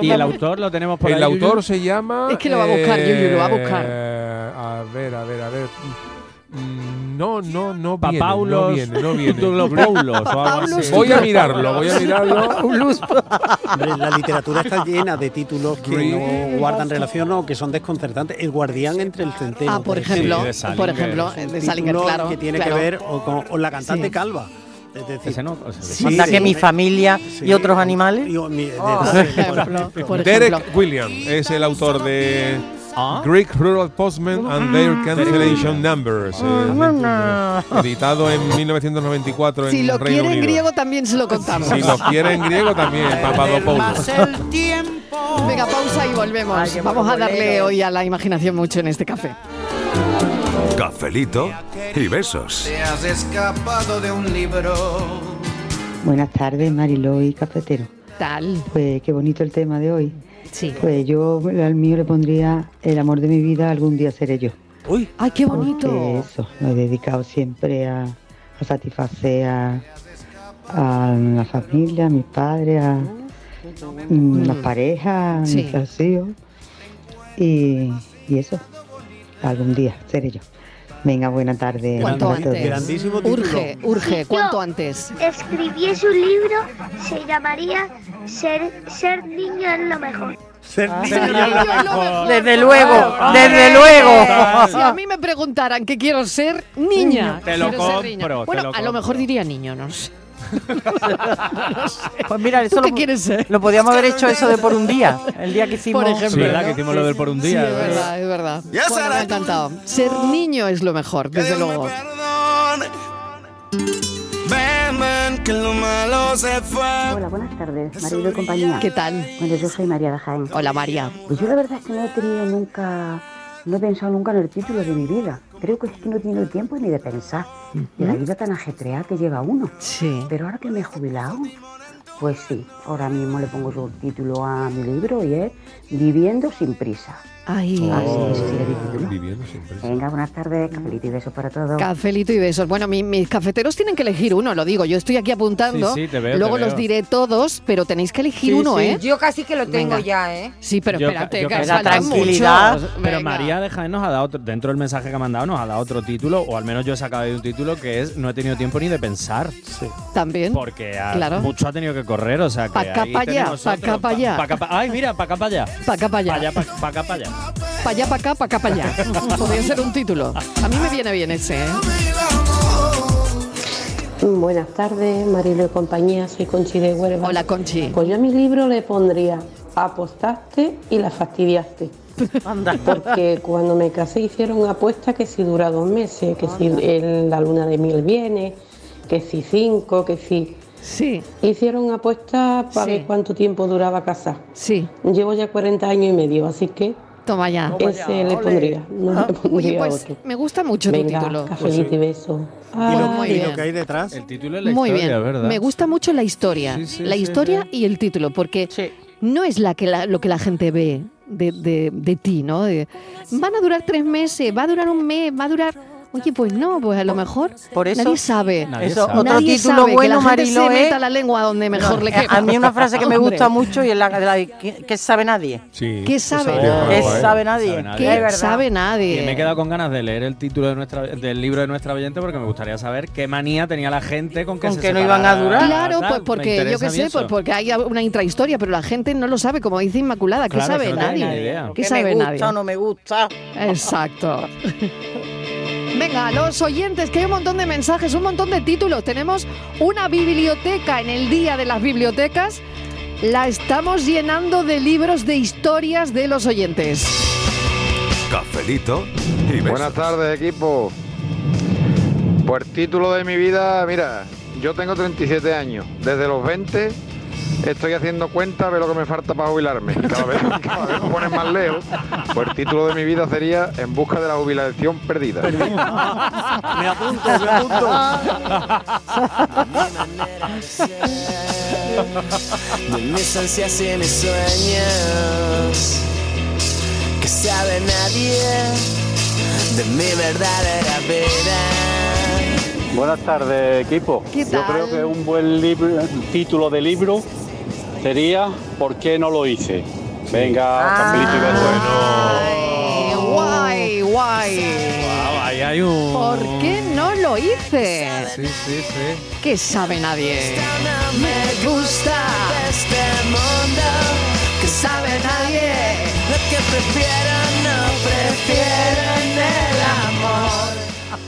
Speaker 5: Y el autor lo tenemos por
Speaker 6: el
Speaker 5: ahí, Yuyu.
Speaker 6: autor se llama.
Speaker 5: Es que lo va a buscar, Yuyu, lo va a buscar.
Speaker 6: eh, A ver, a ver, a ver. Mm, No, no, no viene,
Speaker 5: Papaulos
Speaker 6: no viene, no viene.
Speaker 5: Tutlopoulos o algo así.
Speaker 6: Voy a mirarlo, voy a mirarlo.
Speaker 8: Hombre, la literatura está llena de títulos que no guardan relación o que son desconcertantes. El guardián entre el centeno.
Speaker 1: Ah, por ejemplo, Sí, de Salinger. por ejemplo, eh,
Speaker 8: Es un
Speaker 1: de Salinger,
Speaker 8: título
Speaker 1: claro,
Speaker 8: Que tiene
Speaker 1: claro.
Speaker 8: que ver o con o la cantante
Speaker 1: Sí.
Speaker 8: calva. Es decir, sí,
Speaker 4: Anda
Speaker 8: sí.
Speaker 4: que mi familia y
Speaker 8: Sí.
Speaker 4: otros animales. Oh,
Speaker 6: Derek William es el autor de
Speaker 5: ¿Ah?
Speaker 6: Greek Rural Postmen and Their Cancellation Numbers,
Speaker 5: Ah.
Speaker 6: eh, editado en 1994
Speaker 1: Si
Speaker 6: en
Speaker 1: lo
Speaker 6: Reino
Speaker 1: quiere en
Speaker 6: Unido.
Speaker 1: griego también se lo contamos.
Speaker 6: Si lo quiere en griego también, Papadopoulos.
Speaker 1: Venga, pausa y volvemos.
Speaker 4: Ay, qué
Speaker 1: Vamos a darle
Speaker 4: bolero.
Speaker 1: hoy a la imaginación mucho en este café.
Speaker 18: Cafelito y besos.
Speaker 2: Te has escapado de un libro.
Speaker 19: Buenas tardes, Mariló y cafetero.
Speaker 1: Tal.
Speaker 19: Pues qué bonito el tema de hoy.
Speaker 1: Sí.
Speaker 19: Pues yo al mío le pondría el amor de mi vida algún día seré yo.
Speaker 8: Uy.
Speaker 1: Ay, qué bonito.
Speaker 19: Porque eso, lo he dedicado siempre a, a satisfacer a, a la familia, a mis padres, a mm, las
Speaker 20: Mm.
Speaker 19: parejas, a
Speaker 20: Sí.
Speaker 19: mis vacíos. Y, y eso, algún día seré yo. Venga, buena tarde.
Speaker 1: Cuanto
Speaker 19: para
Speaker 1: antes.
Speaker 19: todos.
Speaker 1: Urge, urge, cuanto antes.
Speaker 21: Escribiese un libro, se llamaría Ser, ser niño es lo mejor.
Speaker 4: Desde luego, desde luego.
Speaker 1: Si a mí me preguntaran que quiero ser niña,
Speaker 4: Te lo
Speaker 1: quiero ser
Speaker 4: compro,
Speaker 1: niña.
Speaker 4: te lo
Speaker 1: Bueno, a
Speaker 4: compro.
Speaker 1: lo mejor diría niño, no sé.
Speaker 4: Pues mira, eso
Speaker 1: ¿Tú
Speaker 4: lo,
Speaker 1: qué quieres ser?
Speaker 4: lo podíamos haber hecho eso de por un día. El día que hicimos.
Speaker 1: Por ejemplo.
Speaker 5: Sí, ¿verdad? Que hicimos lo del por un
Speaker 1: Sí,
Speaker 5: día.
Speaker 1: es
Speaker 5: ¿verdad?
Speaker 1: verdad, es verdad. Bueno, me ha encantado. Ser niño es lo mejor, desde luego.
Speaker 2: Ven, ven, que lo malo se fue.
Speaker 22: Hola, buenas tardes, marido y compañía.
Speaker 1: ¿Qué tal?
Speaker 22: Bueno, yo soy María de Jaén.
Speaker 1: Hola, María.
Speaker 22: Pues yo la verdad es que no he tenido nunca, no he pensado nunca en el título de mi vida. Creo que es que no he tenido tiempo ni de pensar. De la vida tan ajetreada que lleva uno.
Speaker 1: Sí.
Speaker 22: Pero ahora que me he jubilado, pues sí, ahora mismo le pongo su título a mi libro y es Viviendo sin prisa.
Speaker 1: Ay. Oh.
Speaker 22: Así sería mi título.
Speaker 6: Viviendo sin prisa.
Speaker 22: Venga, buenas tardes, cafelito y besos para todos.
Speaker 1: Cafelito y besos. Bueno, mi- mis cafeteros tienen que elegir uno, lo digo. Yo estoy aquí apuntando.
Speaker 5: Sí, sí, te veo,
Speaker 1: Luego
Speaker 5: te veo.
Speaker 1: los diré todos, pero tenéis que elegir
Speaker 5: Sí,
Speaker 1: uno,
Speaker 5: sí.
Speaker 1: ¿eh?
Speaker 7: Yo casi que lo tengo
Speaker 1: Venga.
Speaker 7: ya, ¿eh?
Speaker 1: Sí, pero
Speaker 5: Yo ca-
Speaker 1: espérate,
Speaker 5: yo
Speaker 1: que
Speaker 5: ca-
Speaker 1: falta mucho.
Speaker 5: Pero
Speaker 1: Venga.
Speaker 5: María de Jaén nos ha dado, otro- dentro del mensaje que ha mandado, nos ha dado otro título, o al menos yo he sacado ahí un título que es No he tenido tiempo ni de pensar.
Speaker 1: También.
Speaker 5: Porque ha-
Speaker 1: Claro.
Speaker 5: mucho ha tenido que correr, o sea que.
Speaker 1: Pa' acá,
Speaker 5: ahí
Speaker 1: pa' allá,
Speaker 5: tenemos
Speaker 1: pa'
Speaker 5: otro.
Speaker 1: acá, pa' allá.
Speaker 5: pa' acá, pa- Ay, mira, pa' acá, pa' allá.
Speaker 1: Pa' acá, pa' allá.
Speaker 5: Pa' allá, pa' pa' acá, pa' allá.
Speaker 1: Pa' allá, pa' acá, pa' acá, pa' allá. Podría ser un título. A mí me viene bien ese, ¿eh?
Speaker 23: Buenas tardes, Marilo y compañía, soy Conchi de Huelva.
Speaker 1: Hola, Conchi.
Speaker 23: Pues yo a mi libro le pondría Apostaste y la fastidiaste. Porque cuando me casé hicieron una apuesta que si dura dos meses, que si el- la luna de miel viene, que si cinco, que si...
Speaker 1: Sí.
Speaker 23: Hicieron una apuesta para
Speaker 1: Sí.
Speaker 23: ver cuánto tiempo duraba casar.
Speaker 1: Sí.
Speaker 23: Llevo ya 40 años y medio, así que...
Speaker 1: Toma ya.
Speaker 23: Ese le pondría, no le
Speaker 1: Oye,
Speaker 23: pondría
Speaker 1: pues
Speaker 23: otro.
Speaker 1: me gusta mucho tu
Speaker 23: Venga,
Speaker 1: título.
Speaker 23: cafelito y beso.
Speaker 1: Ah, Muy
Speaker 8: y lo
Speaker 1: bien.
Speaker 8: que hay detrás.
Speaker 5: El título es
Speaker 1: Muy bien. Me gusta mucho la historia. la
Speaker 8: sí,
Speaker 1: historia y el título, porque no es la que la- lo que la gente ve de, de- de ti, ¿no? De, van a durar tres meses, va a durar un mes, va a durar. Oye, pues no, pues a lo mejor
Speaker 4: por eso-
Speaker 1: nadie sabe.
Speaker 4: Nadie Eso, sabe. otro
Speaker 1: Nadie
Speaker 4: título
Speaker 1: sabe, que
Speaker 4: bueno,
Speaker 1: la gente
Speaker 4: Mariló,
Speaker 1: se
Speaker 4: ¿eh?
Speaker 1: meta la lengua donde mejor le quepa.
Speaker 4: A mí una frase que me gusta
Speaker 1: Hombre.
Speaker 4: mucho y es la, la de ¿qué, qué sabe nadie?
Speaker 6: Sí.
Speaker 1: ¿Qué sabe?
Speaker 4: ¿Qué Pues sabe nadie?
Speaker 1: ¿Qué sabe nadie?
Speaker 5: Y me he quedado con ganas de leer el título de nuestra, del libro de nuestra oyente porque me gustaría saber qué manía tenía la gente con que
Speaker 4: Con
Speaker 5: se
Speaker 4: que no
Speaker 5: separara,
Speaker 4: iban a durar.
Speaker 5: tal.
Speaker 1: Claro, pues
Speaker 5: Me
Speaker 1: porque yo
Speaker 5: interesa
Speaker 1: qué
Speaker 5: a mí
Speaker 1: sé,
Speaker 5: eso.
Speaker 1: pues porque hay una intrahistoria, pero la gente no lo sabe, como dice Inmaculada, ¿qué
Speaker 5: Claro,
Speaker 1: sabe
Speaker 5: que no tiene
Speaker 1: nadie?
Speaker 5: ni idea.
Speaker 1: ¿Qué
Speaker 4: ¿Qué
Speaker 1: sabe
Speaker 4: me gusta
Speaker 1: nadie?
Speaker 4: o no me gusta?
Speaker 1: Exacto. Venga, los oyentes, que hay un montón de mensajes, un montón de títulos. Tenemos una biblioteca en el Día de las Bibliotecas. La estamos llenando de libros de historias de los oyentes.
Speaker 18: Cafelito y besos.
Speaker 24: Buenas tardes, equipo. Pues título de mi vida, mira, yo tengo 37 años. Desde los 20
Speaker 13: Estoy haciendo cuenta de lo que me falta para jubilarme. Cada vez, cada vez me ponen más lejos. Pues el título de mi vida sería En busca de la jubilación perdida.
Speaker 2: Me apunto, me
Speaker 3: De mis ansias y mis sueños Que sabe nadie De mi verdadera vida
Speaker 10: Buenas tardes, equipo.
Speaker 3: ¿Qué
Speaker 10: Yo
Speaker 3: tal?
Speaker 10: creo que un buen libro- título de libro sería ¿Por qué no lo hice?
Speaker 1: Ah.
Speaker 10: Venga, Cafelito y besos.
Speaker 4: Oh.
Speaker 1: Eh, guay, guay.
Speaker 5: Guau, ahí hay un.
Speaker 1: ¿Por qué no lo hice?
Speaker 5: Sí, sí, sí.
Speaker 1: Que sabe nadie.
Speaker 3: Me gusta de este mundo Que sabe nadie Lo que prefieran no prefieren el amor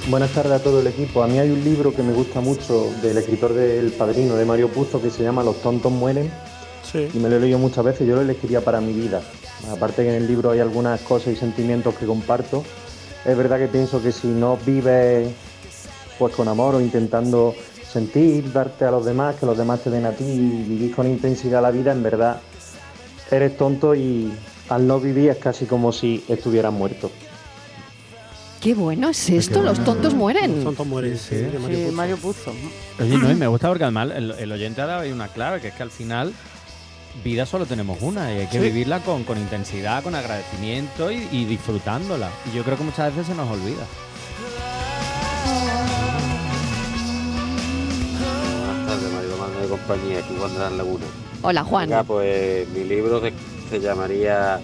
Speaker 20: Buenas tardes a todo el equipo. A mí hay un libro que me gusta mucho del escritor del Padrino, de Mario Puzo, que se llama Los tontos mueren. Y me lo he leído muchas veces, yo lo elegiría para mi vida. Aparte que en el libro hay algunas cosas y sentimientos que comparto. Es verdad que pienso que si no vives pues con amor o intentando sentir, darte a los demás, que los demás te den a ti y vivir con intensidad la vida, en verdad eres tonto y al no vivir es casi como si estuvieras muerto.
Speaker 1: Qué bueno es esto, los tontos mueren.
Speaker 8: Tontos mueren, sí, de Mario
Speaker 4: Sí,
Speaker 8: Puzo.
Speaker 4: Mario Puzo.
Speaker 5: Oye, no, y me gusta porque además el, el oyente ha dado ahí una clave, que es que al final vida solo tenemos una y hay que
Speaker 8: Sí.
Speaker 5: vivirla con, con intensidad, con agradecimiento y, y disfrutándola. Y yo creo que muchas veces se nos olvida.
Speaker 24: Buenas tardes, Mario Mano de compañía, aquí Juan de las Lagunas.
Speaker 1: Hola, Juan.
Speaker 24: Venga, pues mi libro se, se llamaría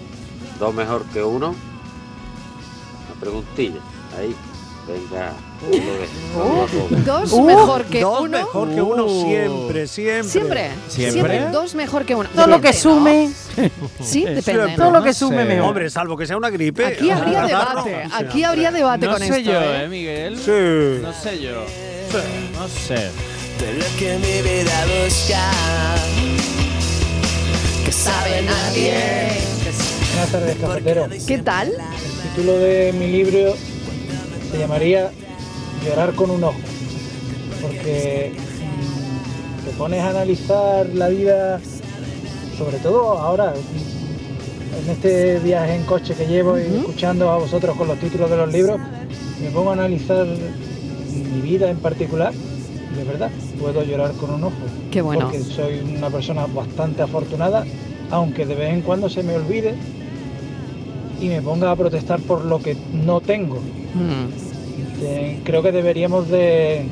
Speaker 24: Dos mejor que uno. Una preguntilla, ahí. Venga, ahí lo ves. Vamos a todos.
Speaker 1: Dos
Speaker 24: Uh,
Speaker 1: mejor que
Speaker 24: dos
Speaker 1: uno.
Speaker 24: mejor que uno
Speaker 4: Uh.
Speaker 5: Uh.
Speaker 24: siempre,
Speaker 8: siempre.
Speaker 1: Siempre.
Speaker 24: Siempre.
Speaker 1: Dos mejor que uno.
Speaker 4: Todo lo que
Speaker 1: Depende, ¿no?
Speaker 4: sume.
Speaker 1: Sí, depende.
Speaker 8: Siempre.
Speaker 1: ¿no?
Speaker 8: Hombre, salvo que sea una gripe.
Speaker 1: Aquí habría debate. Aquí habría debate
Speaker 5: no
Speaker 1: con
Speaker 5: sé
Speaker 1: esto.
Speaker 5: yo,
Speaker 1: ¿eh?
Speaker 5: ¿eh, Miguel?
Speaker 8: Sí.
Speaker 5: No sé yo. No sé.
Speaker 3: De lo que mi vida busca Que sabe nadie
Speaker 25: Buenas tardes, cafetero.
Speaker 1: ¿Qué tal?
Speaker 25: El título de mi libro se llamaría Llorar con un ojo, porque mm, te pones a analizar la vida, sobre todo ahora, mm, en este viaje en coche que llevo y escuchando a vosotros con los títulos de los libros, me pongo a analizar mi vida en particular. y De verdad, puedo llorar con un ojo.
Speaker 1: Qué bueno.
Speaker 25: Porque soy una persona bastante afortunada, aunque de vez en cuando se me olvide y me ponga a protestar por lo que no tengo. Eh, creo que deberíamos de,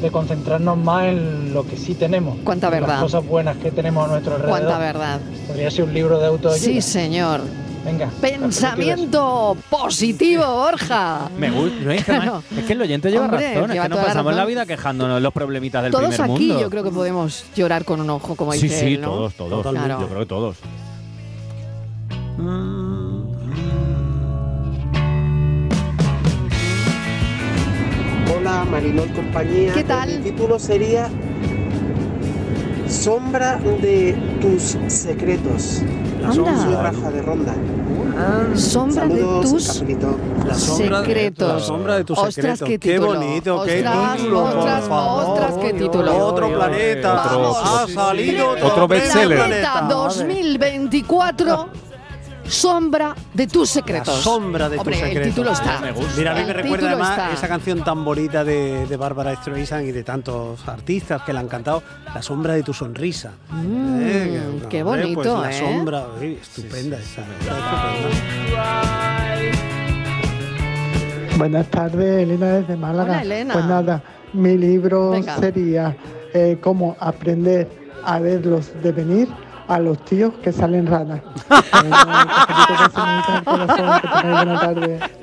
Speaker 25: de concentrarnos más en lo que sí tenemos.
Speaker 1: Cuánta
Speaker 25: en
Speaker 1: verdad.
Speaker 25: Las cosas buenas que tenemos a nuestro alrededor.
Speaker 1: Cuánta verdad.
Speaker 25: Podría ser un libro de autoayuda.
Speaker 1: Sí, señor.
Speaker 25: Venga.
Speaker 1: Pensamiento positivo, Borja.
Speaker 5: Me gusta. No, es, que
Speaker 1: Claro.
Speaker 5: más- es que el oyente lleva
Speaker 1: Hombre,
Speaker 5: razón.
Speaker 1: lleva
Speaker 5: es que
Speaker 1: toda
Speaker 5: nos
Speaker 1: la
Speaker 5: pasamos la
Speaker 1: razón.
Speaker 5: vida quejándonos de los problemitas del
Speaker 1: Todos
Speaker 5: primer
Speaker 1: aquí
Speaker 5: mundo.
Speaker 1: yo creo que podemos llorar con un ojo, como
Speaker 5: sí,
Speaker 1: dice
Speaker 5: sí,
Speaker 1: él, ¿no?
Speaker 5: todos, todos.
Speaker 1: Claro.
Speaker 5: Yo creo que todos.
Speaker 26: Hola, Mariló y compañía. ¿Qué tal? El título sería Sombra de tus secretos.
Speaker 1: Anda.
Speaker 26: Soy Rafa de Ronda.
Speaker 8: Ah.
Speaker 1: Sombra de
Speaker 26: Saludos,
Speaker 1: tus
Speaker 26: cafelito.
Speaker 8: La sombra,
Speaker 1: secretos.
Speaker 8: La sombra de tus
Speaker 1: Ostras,
Speaker 8: secretos.
Speaker 1: qué
Speaker 8: qué
Speaker 1: título.
Speaker 8: bonito,
Speaker 1: Ostras,
Speaker 8: qué título. por
Speaker 1: ostras,
Speaker 8: favor.
Speaker 1: ostras, qué título.
Speaker 8: Otro planeta.
Speaker 1: Vamos.
Speaker 8: ha salido
Speaker 6: Otro bestseller.
Speaker 1: Planeta 2024. Sombra de tus
Speaker 8: La
Speaker 1: secretos.
Speaker 8: sombra de
Speaker 1: Hombre,
Speaker 8: tus secretos.
Speaker 1: El título está.
Speaker 8: Mira, a mí
Speaker 1: El
Speaker 8: me recuerda
Speaker 1: título
Speaker 8: además
Speaker 1: está.
Speaker 8: esa canción tan bonita de, de Bárbara Streisand y de tantos artistas que la han cantado, La sombra de tu sonrisa.
Speaker 1: Mm,
Speaker 8: Eh,
Speaker 1: qué
Speaker 8: hombre,
Speaker 1: bonito,
Speaker 8: pues, la
Speaker 1: ¿eh?
Speaker 8: sombra, eh, estupenda esa.
Speaker 27: Buenas tardes, Elena desde Málaga.
Speaker 1: Hola, Elena.
Speaker 27: Pues nada, mi libro
Speaker 1: Venga.
Speaker 27: sería eh, cómo aprender a verlos devenir a los tíos que salen ranas. Eh,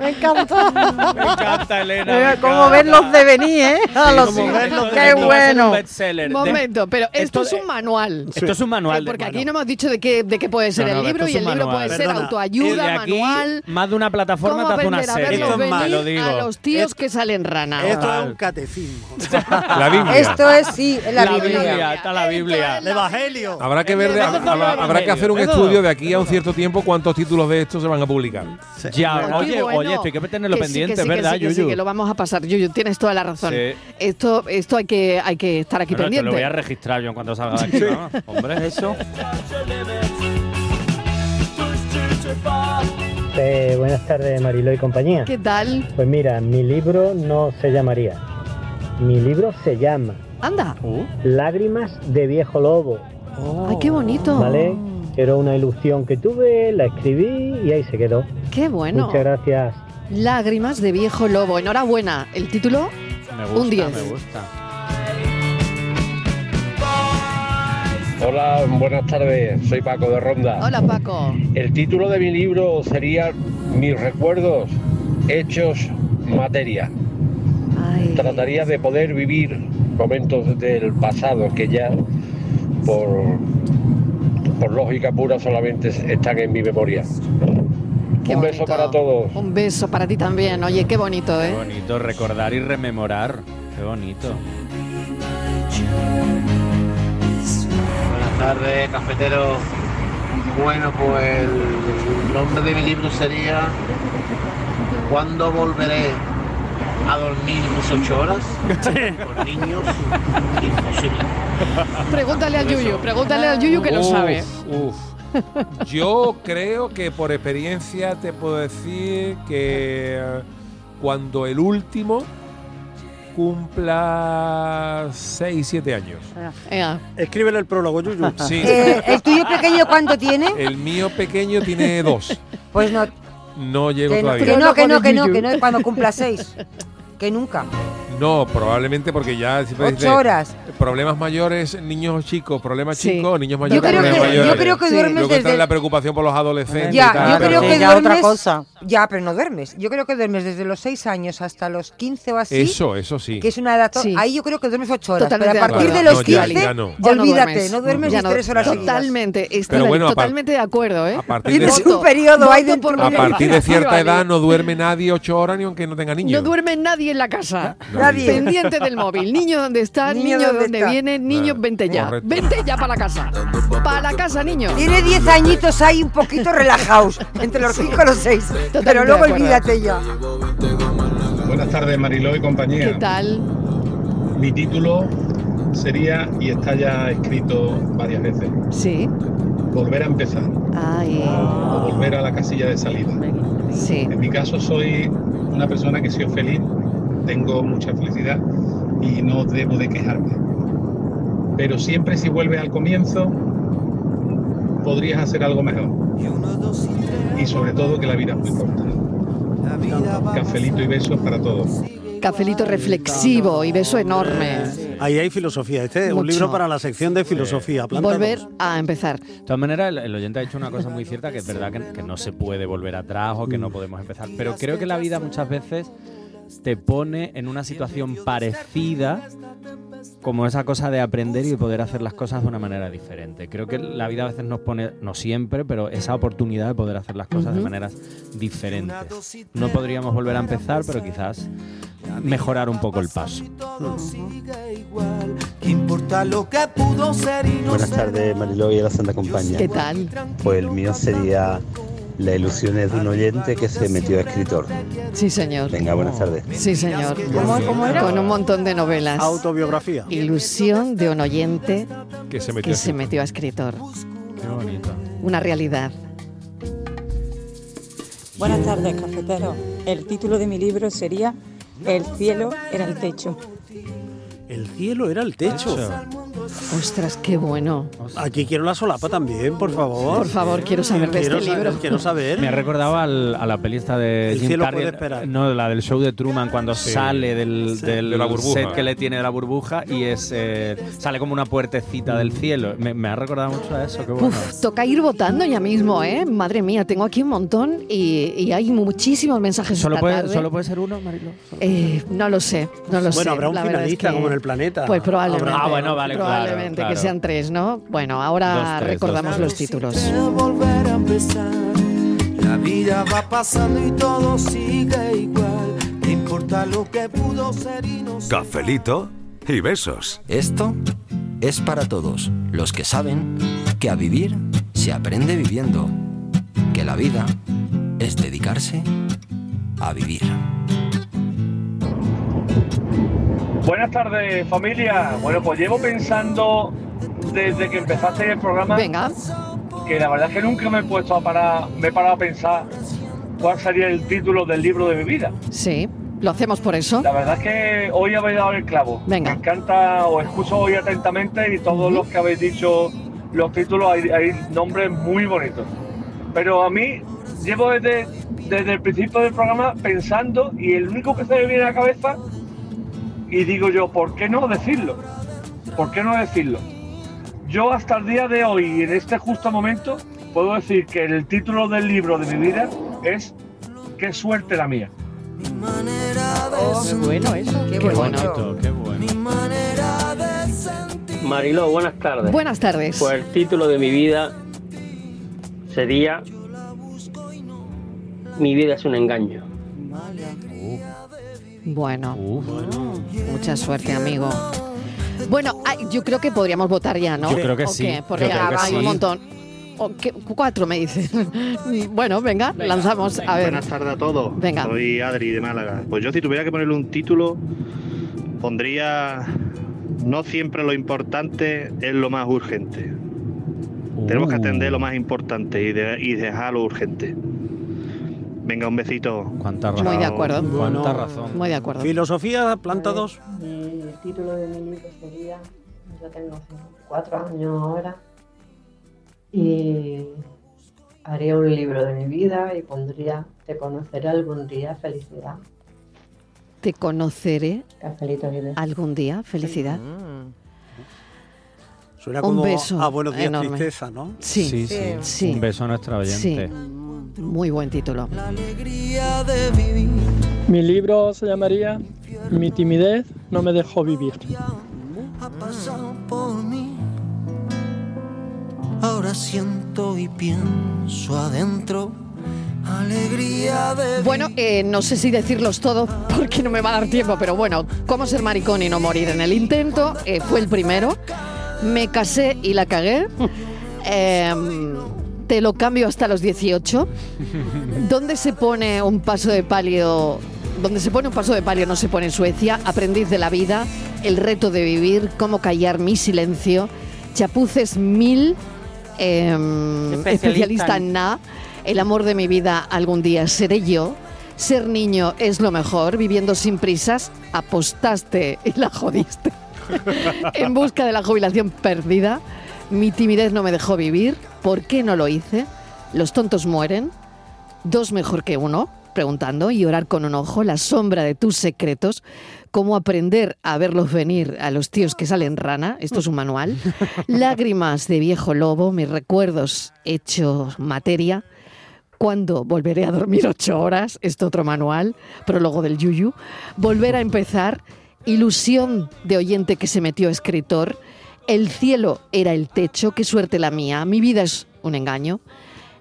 Speaker 4: Me encantó. Me
Speaker 5: encanta,
Speaker 4: Elena. Como ver los devenir, ¿eh? A
Speaker 5: Sí,
Speaker 4: los
Speaker 5: como
Speaker 4: hijos.
Speaker 5: verlos
Speaker 4: Qué
Speaker 5: devenir. Va a ser un
Speaker 4: bueno.
Speaker 5: bestseller.
Speaker 1: Momento, pero esto,
Speaker 5: Esto
Speaker 1: es un manual.
Speaker 5: Esto es un manual.
Speaker 1: Eh,
Speaker 5: de-
Speaker 1: Porque aquí no hemos dicho de qué, de qué puede ser
Speaker 5: No, no,
Speaker 1: el libro
Speaker 5: esto es
Speaker 1: y el
Speaker 5: un
Speaker 1: libro
Speaker 5: manual.
Speaker 1: puede ser
Speaker 5: Perdona,
Speaker 1: autoayuda,
Speaker 5: el de aquí,
Speaker 1: manual.
Speaker 5: Más de una plataforma
Speaker 1: ¿Cómo
Speaker 5: te hace una
Speaker 1: aprender a
Speaker 5: serie.
Speaker 1: verlos
Speaker 5: Te lo
Speaker 1: venir
Speaker 5: digo.
Speaker 1: a los tíos que salen ranas?
Speaker 8: Esto es un catecismo.
Speaker 5: La Biblia.
Speaker 7: Esto es, sí, es la,
Speaker 5: La
Speaker 7: Biblia.
Speaker 5: Biblia, está la Biblia.
Speaker 8: El Evangelio.
Speaker 6: Habrá que ver de- habrá, habrá que hacer un estudio de aquí a un cierto tiempo cuántos títulos de estos se van a publicar.
Speaker 5: Ya,
Speaker 1: Qué
Speaker 5: oye,
Speaker 1: bueno.
Speaker 5: oye, esto hay que tenerlo
Speaker 1: Que sí,
Speaker 5: pendiente,
Speaker 1: que sí, que
Speaker 5: ¿verdad,
Speaker 1: sí, que sí,
Speaker 5: Yuyu?
Speaker 1: que lo vamos a pasar. Yuyu, tienes toda la razón.
Speaker 5: Sí.
Speaker 1: Esto, esto hay que, hay que estar aquí
Speaker 5: Bueno, esto
Speaker 1: pendiente.
Speaker 5: lo voy a registrar yo en cuanto salga de aquí, vamos, hombre. Eso.
Speaker 9: Eh, buenas tardes, Mariló y compañía.
Speaker 1: ¿Qué tal?
Speaker 9: Pues mira, mi libro no se llamaría. Mi libro se llama
Speaker 1: Anda.
Speaker 9: Lágrimas de viejo lobo.
Speaker 1: Ay, qué bonito.
Speaker 9: ¿Vale? Era una ilusión que tuve, la escribí y ahí se quedó.
Speaker 1: Qué bueno.
Speaker 9: Muchas gracias.
Speaker 1: Lágrimas de viejo lobo. Enhorabuena. El título,
Speaker 9: Me
Speaker 1: un 10.
Speaker 11: Hola, buenas tardes. Soy Paco de Ronda.
Speaker 1: Hola, Paco.
Speaker 11: El título de mi libro sería Mis recuerdos hechos materia. Trataría de poder vivir momentos del pasado que ya por, por lógica pura solamente están en mi memoria.
Speaker 1: Qué
Speaker 11: Un beso para todos.
Speaker 1: Un beso para ti también. Oye, qué bonito,
Speaker 5: Qué
Speaker 1: ¿eh?
Speaker 5: bonito recordar y rememorar. Qué bonito.
Speaker 11: Buenas tardes, cafetero. Bueno, pues el nombre de mi libro sería ¿Cuándo volveré a dormir mis ocho horas? Con niños, imposible.
Speaker 1: Pregúntale al Yuyu, pregúntale al Yuyu que lo
Speaker 6: Uf,
Speaker 1: sabe.
Speaker 6: uf. Yo creo que por experiencia te puedo decir que eh, cuando el último cumpla 6, 7 años.
Speaker 8: Escríbele el prólogo, Yuyu.
Speaker 6: Sí.
Speaker 7: Eh, ¿El tuyo pequeño cuánto tiene?
Speaker 6: El mío pequeño tiene dos.
Speaker 7: Pues no.
Speaker 6: No llego
Speaker 7: Que no,
Speaker 6: todavía.
Speaker 7: que no, que no, que no, que no, cuando cumpla seis. Que nunca.
Speaker 6: No, probablemente porque ya siempre
Speaker 7: Ocho
Speaker 6: dice,
Speaker 7: horas.
Speaker 6: Problemas mayores, niños chicos, problemas
Speaker 7: Sí.
Speaker 6: chicos, niños
Speaker 7: Yo
Speaker 6: mayores,
Speaker 7: creo
Speaker 6: problemas
Speaker 7: que- yo
Speaker 6: mayores.
Speaker 7: creo que Sí. duermes
Speaker 6: Luego está
Speaker 7: desde-
Speaker 6: la preocupación por los adolescentes. y
Speaker 7: Ya,
Speaker 6: tal,
Speaker 7: yo
Speaker 6: pero-
Speaker 7: creo que
Speaker 4: ya
Speaker 7: duermes.
Speaker 4: otra cosa.
Speaker 7: Ya, pero no duermes. Yo creo que duermes desde los 6 años hasta los 15 o así.
Speaker 6: Eso, eso sí.
Speaker 7: Que es una edad. to-
Speaker 1: Sí.
Speaker 7: Ahí yo creo que duermes 8 horas.
Speaker 1: Totalmente
Speaker 7: pero a
Speaker 6: de
Speaker 7: partir de
Speaker 6: acuerdo.
Speaker 7: los
Speaker 6: No, ya,
Speaker 7: 15,
Speaker 6: ya no.
Speaker 1: Ya no
Speaker 7: olvídate,
Speaker 1: duermes.
Speaker 7: no duermes
Speaker 1: Ya
Speaker 7: ni
Speaker 1: no-
Speaker 7: 3 horas seguidas.
Speaker 1: Totalmente, estoy
Speaker 6: Pero bueno, a par-
Speaker 1: totalmente de acuerdo, ¿eh?
Speaker 6: partir de-
Speaker 1: Voto-
Speaker 7: Un periodo hay de-
Speaker 1: voto por
Speaker 6: A
Speaker 1: mi
Speaker 6: partir de
Speaker 1: liberación,
Speaker 6: cierta
Speaker 1: Ale.
Speaker 6: edad no duerme nadie ocho horas ni aunque no tenga niños.
Speaker 1: No duerme nadie en la casa.
Speaker 6: Nadie.
Speaker 1: Pendiente del móvil. Niño, ¿dónde está? Niño,
Speaker 7: Niño,
Speaker 1: ¿dónde,
Speaker 7: ¿dónde está?
Speaker 1: viene? Niño,
Speaker 6: Ah,
Speaker 1: vente ya.
Speaker 6: correcto.
Speaker 1: Vente ya para la casa. Para la casa, niño.
Speaker 7: Tiene 10 añitos ahí un poquito relajados. Entre los 5 y los 6. Pero luego
Speaker 1: de acuerdo.
Speaker 7: olvídate ya.
Speaker 12: Buenas tardes, Mariló y
Speaker 1: ¿Qué
Speaker 12: compañía.
Speaker 1: tal?
Speaker 12: Mi título sería, y está ya escrito varias veces,
Speaker 1: Sí.
Speaker 12: Volver a empezar
Speaker 1: Ay,
Speaker 12: o volver a la casilla de salida.
Speaker 1: sí.
Speaker 12: En mi caso soy una persona que soy feliz, tengo mucha felicidad y no debo de quejarme. Pero siempre si vuelves al comienzo, podrías hacer algo mejor. Y sobre todo que la vida es muy corta. Cafelito y besos para todos.
Speaker 1: Cafelito reflexivo y beso enorme.
Speaker 8: Ahí hay filosofía. Este es un
Speaker 1: Mucho.
Speaker 8: libro para la sección de filosofía. Planta
Speaker 1: Volver a empezar.
Speaker 5: De todas maneras, el, el oyente ha dicho una cosa muy cierta, que es verdad que, que no se puede volver atrás o que no podemos empezar. Pero creo que la vida muchas veces te pone en una situación parecida como esa cosa de aprender y de poder hacer las cosas de una manera diferente. Creo que la vida a veces nos pone, no siempre, pero esa oportunidad de poder hacer las cosas de
Speaker 14: Ujú.
Speaker 5: maneras diferentes. No podríamos volver a empezar, pero quizás mejorar un poco el paso.
Speaker 3: ¿Qué importa lo que pudo ser y no
Speaker 15: Buenas
Speaker 3: ser?
Speaker 15: tardes, Mariló y a la Santa Compañía.
Speaker 1: ¿Qué tal?
Speaker 15: Pues el mío sería La ilusión es de un oyente que se metió a escritor.
Speaker 1: Sí, señor.
Speaker 15: Venga, buenas tardes.
Speaker 1: Oh. Sí, señor.
Speaker 15: ¿Cómo- cómo era?
Speaker 1: Con un montón de novelas.
Speaker 8: Autobiografía.
Speaker 1: Ilusión de un oyente
Speaker 6: Que se metió
Speaker 1: que
Speaker 6: a
Speaker 1: se metió a escritor.
Speaker 5: Qué bonito.
Speaker 1: Una realidad.
Speaker 16: Buenas tardes, cafetero. El título de mi libro sería El cielo era el techo.
Speaker 8: El cielo era el techo.
Speaker 1: Ostras, qué bueno.
Speaker 8: Aquí quiero la solapa también, por favor.
Speaker 1: Por favor, quiero saber de
Speaker 8: Quiero
Speaker 1: este
Speaker 8: saber,
Speaker 1: libro.
Speaker 8: Quiero saber.
Speaker 5: Me ha recordado al- a la peli esta de
Speaker 8: El
Speaker 5: Jim
Speaker 8: cielo
Speaker 5: Carrey,
Speaker 8: puede esperar.
Speaker 5: No, la del show de Truman cuando sale del,
Speaker 8: Sí.
Speaker 5: del
Speaker 6: De la burbuja.
Speaker 5: set que le tiene de la burbuja y es eh, sale como una puertecita del cielo. Me, me ha recordado mucho a eso, qué bueno.
Speaker 1: Uf, toca ir votando ya mismo, ¿eh? Madre mía, tengo aquí un montón y, y hay muchísimos mensajes
Speaker 5: Solo
Speaker 1: esta
Speaker 5: puede,
Speaker 1: tarde.
Speaker 5: solo puede ser uno, Marilo.
Speaker 1: Eh, no lo sé, no lo sé.
Speaker 8: Bueno, habrá un
Speaker 1: la verdad es
Speaker 8: finalista
Speaker 1: que-
Speaker 8: como en el planeta.
Speaker 1: Pues probablemente.
Speaker 5: Ah, bueno, vale, claro,
Speaker 1: Probablemente
Speaker 5: claro.
Speaker 1: que sean tres, ¿no? Bueno, ahora
Speaker 5: Dos, tres,
Speaker 1: recordamos
Speaker 5: dos,
Speaker 1: los títulos.
Speaker 3: Quiero volver a empezar. La vida va pasando y todo sigue igual. ¿Qué importa lo que pudo ser y no ser?
Speaker 18: Cafelito y besos.
Speaker 14: Esto es para todos, los que saben
Speaker 28: que a vivir se aprende viviendo, que la vida es dedicarse a vivir.
Speaker 29: Buenas tardes, familia. Bueno, pues llevo pensando desde que empezaste el programa. Que la verdad es que nunca me he puesto a parar, me he parado a pensar cuál sería el título del libro de mi vida.
Speaker 1: Sí, lo hacemos por eso.
Speaker 29: La verdad es que hoy habéis dado el clavo.
Speaker 1: Venga.
Speaker 29: Me encanta, os escucho hoy atentamente y todos los que habéis dicho los títulos, hay, hay nombres muy bonitos. Pero a mí, llevo desde, desde el principio del programa pensando y el único que se me viene a la cabeza, y digo yo, ¿por qué no decirlo? ¿Por qué no decirlo? Yo hasta el día de hoy, en este justo momento, puedo decir que el título del libro de mi vida es Qué suerte la mía.
Speaker 4: qué bueno eso. Qué,
Speaker 5: bonito, qué bueno.
Speaker 25: Mariló, buenas tardes.
Speaker 1: Buenas tardes.
Speaker 25: Pues el título de mi vida sería Mi vida es un engaño.
Speaker 1: Bueno, mucha suerte, amigo. Bueno, ay, yo creo que podríamos votar ya, ¿no?
Speaker 5: Yo creo que
Speaker 1: ¿O
Speaker 5: sí,
Speaker 1: qué?
Speaker 5: yo
Speaker 1: Porque
Speaker 5: creo que
Speaker 1: hay un
Speaker 5: sí.
Speaker 1: montón. ¿O qué? Cuatro me dicen. bueno, venga, lanzamos. A ver.
Speaker 19: Buenas tardes a todos.
Speaker 1: Venga.
Speaker 19: Soy Adri de Málaga. Pues yo si tuviera que ponerle un título, pondría no siempre lo importante es lo más urgente. Tenemos que atender lo más importante y, de- y dejar lo urgente. Venga, un besito.
Speaker 5: Cuánta
Speaker 1: Muy de acuerdo.
Speaker 5: Cuánta razón.
Speaker 1: Muy de acuerdo.
Speaker 8: Filosofía, planta 2.
Speaker 3: El título de mi libro sería, yo tengo 54 años ahora, y haré un libro de mi vida y pondría, te conoceré algún día, felicidad.
Speaker 1: Te conoceré algún día. Felicidad.
Speaker 8: Mm. Suena
Speaker 1: Un
Speaker 8: como
Speaker 1: beso
Speaker 3: Ah,
Speaker 8: a buenos días
Speaker 1: enorme.
Speaker 8: tristeza, ¿no?
Speaker 1: Sí,
Speaker 5: Sí, sí.
Speaker 1: sí.
Speaker 5: Un beso a nuestra oyente.
Speaker 1: Sí. Muy buen título.
Speaker 25: Mi libro se llamaría Mi timidez no me dejó vivir.
Speaker 11: Ahora siento y pienso adentro alegría de
Speaker 1: Bueno, eh, no sé si decirlos todos porque no me va a dar tiempo, pero bueno, cómo ser maricón y no morir en el intento eh, fue el primero. Me casé y la cagué. Em, te lo cambio hasta los 18. ¿Dónde se pone un paso de palio? Donde se pone un paso de palio no se pone en Suecia. Aprendiz de la vida, el reto de vivir, cómo callar mi silencio, chapuces mil, em,
Speaker 4: Especialista
Speaker 1: especialista
Speaker 4: en-
Speaker 1: en nada, el amor de mi vida algún día seré yo. Ser niño es lo mejor, viviendo sin prisas, apostaste y la jodiste. en busca de la jubilación perdida, mi timidez no me dejó vivir, ¿por qué no lo hice? Los tontos mueren, dos mejor que uno, preguntando, y orar con un ojo, la sombra de tus secretos, cómo aprender a verlos venir a los tíos que salen rana, esto es un manual, lágrimas de viejo lobo, mis recuerdos hechos materia, ¿Cuándo volveré a dormir ocho horas? Esto otro manual, prólogo del Yuyu. Volver a empezar, ilusión de oyente que se metió escritor. El cielo era el techo, qué suerte la mía. Mi vida es un engaño.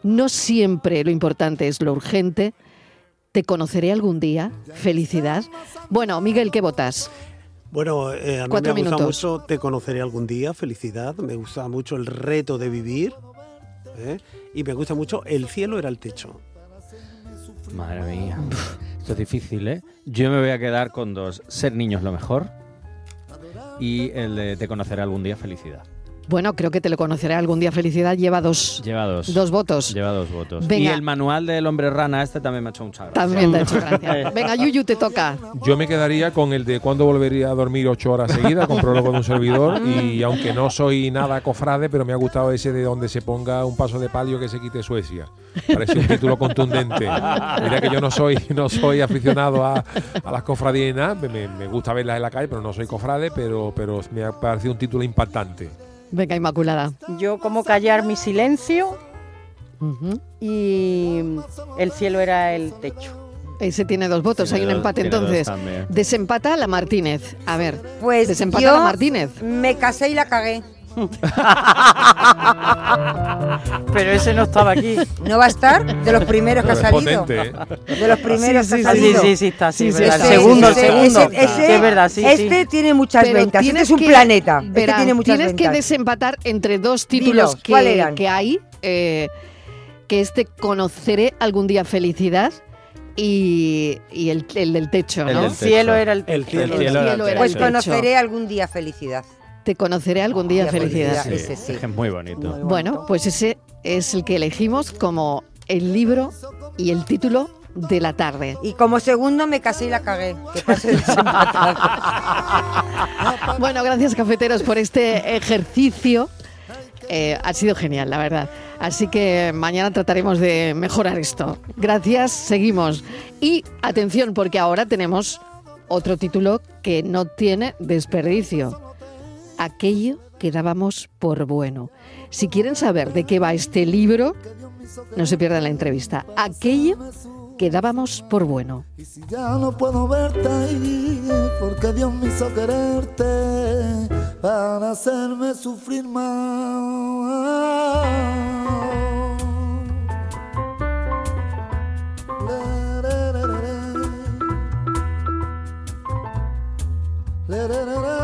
Speaker 1: No siempre lo importante es lo urgente. Te conoceré algún día. Felicidad. Bueno, Miguel, ¿qué votas?
Speaker 8: Bueno, eh, a mí
Speaker 1: Cuatro
Speaker 8: me gusta
Speaker 1: minutos.
Speaker 8: mucho Te conoceré algún día, felicidad. Me gusta mucho el reto de vivir. ¿eh? Y me gusta mucho El cielo era el techo.
Speaker 5: Madre mía. Esto es difícil, ¿eh? Yo me voy a quedar con dos. Ser niño es lo mejor. Y el de te conoceré algún día, felicidad.
Speaker 1: Bueno, creo que te lo conoceré algún día. Felicidad lleva dos.
Speaker 5: Lleva dos.
Speaker 1: Dos votos.
Speaker 5: Lleva dos votos.
Speaker 1: Venga.
Speaker 5: Y el manual del hombre rana, este también me ha hecho mucha gracia.
Speaker 1: También te ha hecho gracia. Venga, Yuyu, te toca.
Speaker 6: Yo me quedaría con el de cuándo volvería a dormir ocho horas seguidas, con prólogo de un servidor. Y aunque no soy nada cofrade, pero me ha gustado ese de donde se ponga un paso de palio que se quite Suecia. Parece un título contundente. Mira que yo no soy, no soy aficionado a, a las cofradías y nada. Me, me- me gusta verlas en la calle, pero no soy cofrade, pero, pero me ha parecido un título impactante.
Speaker 1: Venga, Inmaculada.
Speaker 4: Yo como callar mi silencio y el cielo era el techo.
Speaker 1: Ese tiene dos
Speaker 4: Tiene
Speaker 1: votos, Pues hay un
Speaker 4: dos-
Speaker 1: empate
Speaker 4: tiene dos
Speaker 1: entonces.
Speaker 4: también.
Speaker 1: Desempata la Martínez. A ver,
Speaker 7: Pues
Speaker 1: desempata
Speaker 7: yo
Speaker 1: la Martínez.
Speaker 7: Me casé y la cagué.
Speaker 4: Pero ese no estaba aquí.
Speaker 7: ¿No va a estar? De los primeros que ha
Speaker 4: Es
Speaker 7: salido.
Speaker 4: potente, ¿eh?
Speaker 7: De los primeros
Speaker 4: Sí, sí,
Speaker 7: que ha
Speaker 4: sí,
Speaker 7: salido.
Speaker 4: sí, sí, sí, está, sí, verdad. El segundo, el segundo.
Speaker 7: ese-
Speaker 4: Sí, es verdad, sí,
Speaker 7: Este
Speaker 4: sí.
Speaker 7: tiene muchas
Speaker 1: Pero
Speaker 7: ventas. Este
Speaker 1: tienes
Speaker 7: es un
Speaker 1: que-
Speaker 7: planeta. este
Speaker 1: Verán,
Speaker 7: tiene muchas
Speaker 1: tienes
Speaker 7: ventas.
Speaker 1: que desempatar entre dos títulos
Speaker 7: Dilos, ¿cuál
Speaker 1: que,
Speaker 7: eran?
Speaker 1: que hay, eh, que este conoceré algún día felicidad y, y el, el del techo,
Speaker 5: El
Speaker 1: ¿no?
Speaker 5: del cielo era el- El cielo. el cielo era el
Speaker 7: Pues
Speaker 1: techo.
Speaker 7: conoceré algún día felicidad.
Speaker 1: Te conoceré algún día felicidad.
Speaker 5: Sí, Es que es muy bonito.
Speaker 1: Bueno, pues ese es el que elegimos como el libro y el título de la tarde.
Speaker 7: Y como segundo me casé y la cagué. Que pase
Speaker 1: Bueno, gracias cafeteros por este ejercicio. Eh, ha sido genial, la verdad. Así que mañana trataremos de mejorar esto. Gracias, seguimos. Y atención, porque ahora tenemos otro título que no tiene desperdicio. Aquello que dábamos por bueno. Si quieren saber de qué va este libro, no se pierdan la entrevista. Aquello que dábamos por bueno.
Speaker 2: Y si ya no puedo verte ahí, porque Dios me hizo quererte para hacerme sufrir más. La, ra, ra, ra, ra. La, ra, ra, ra.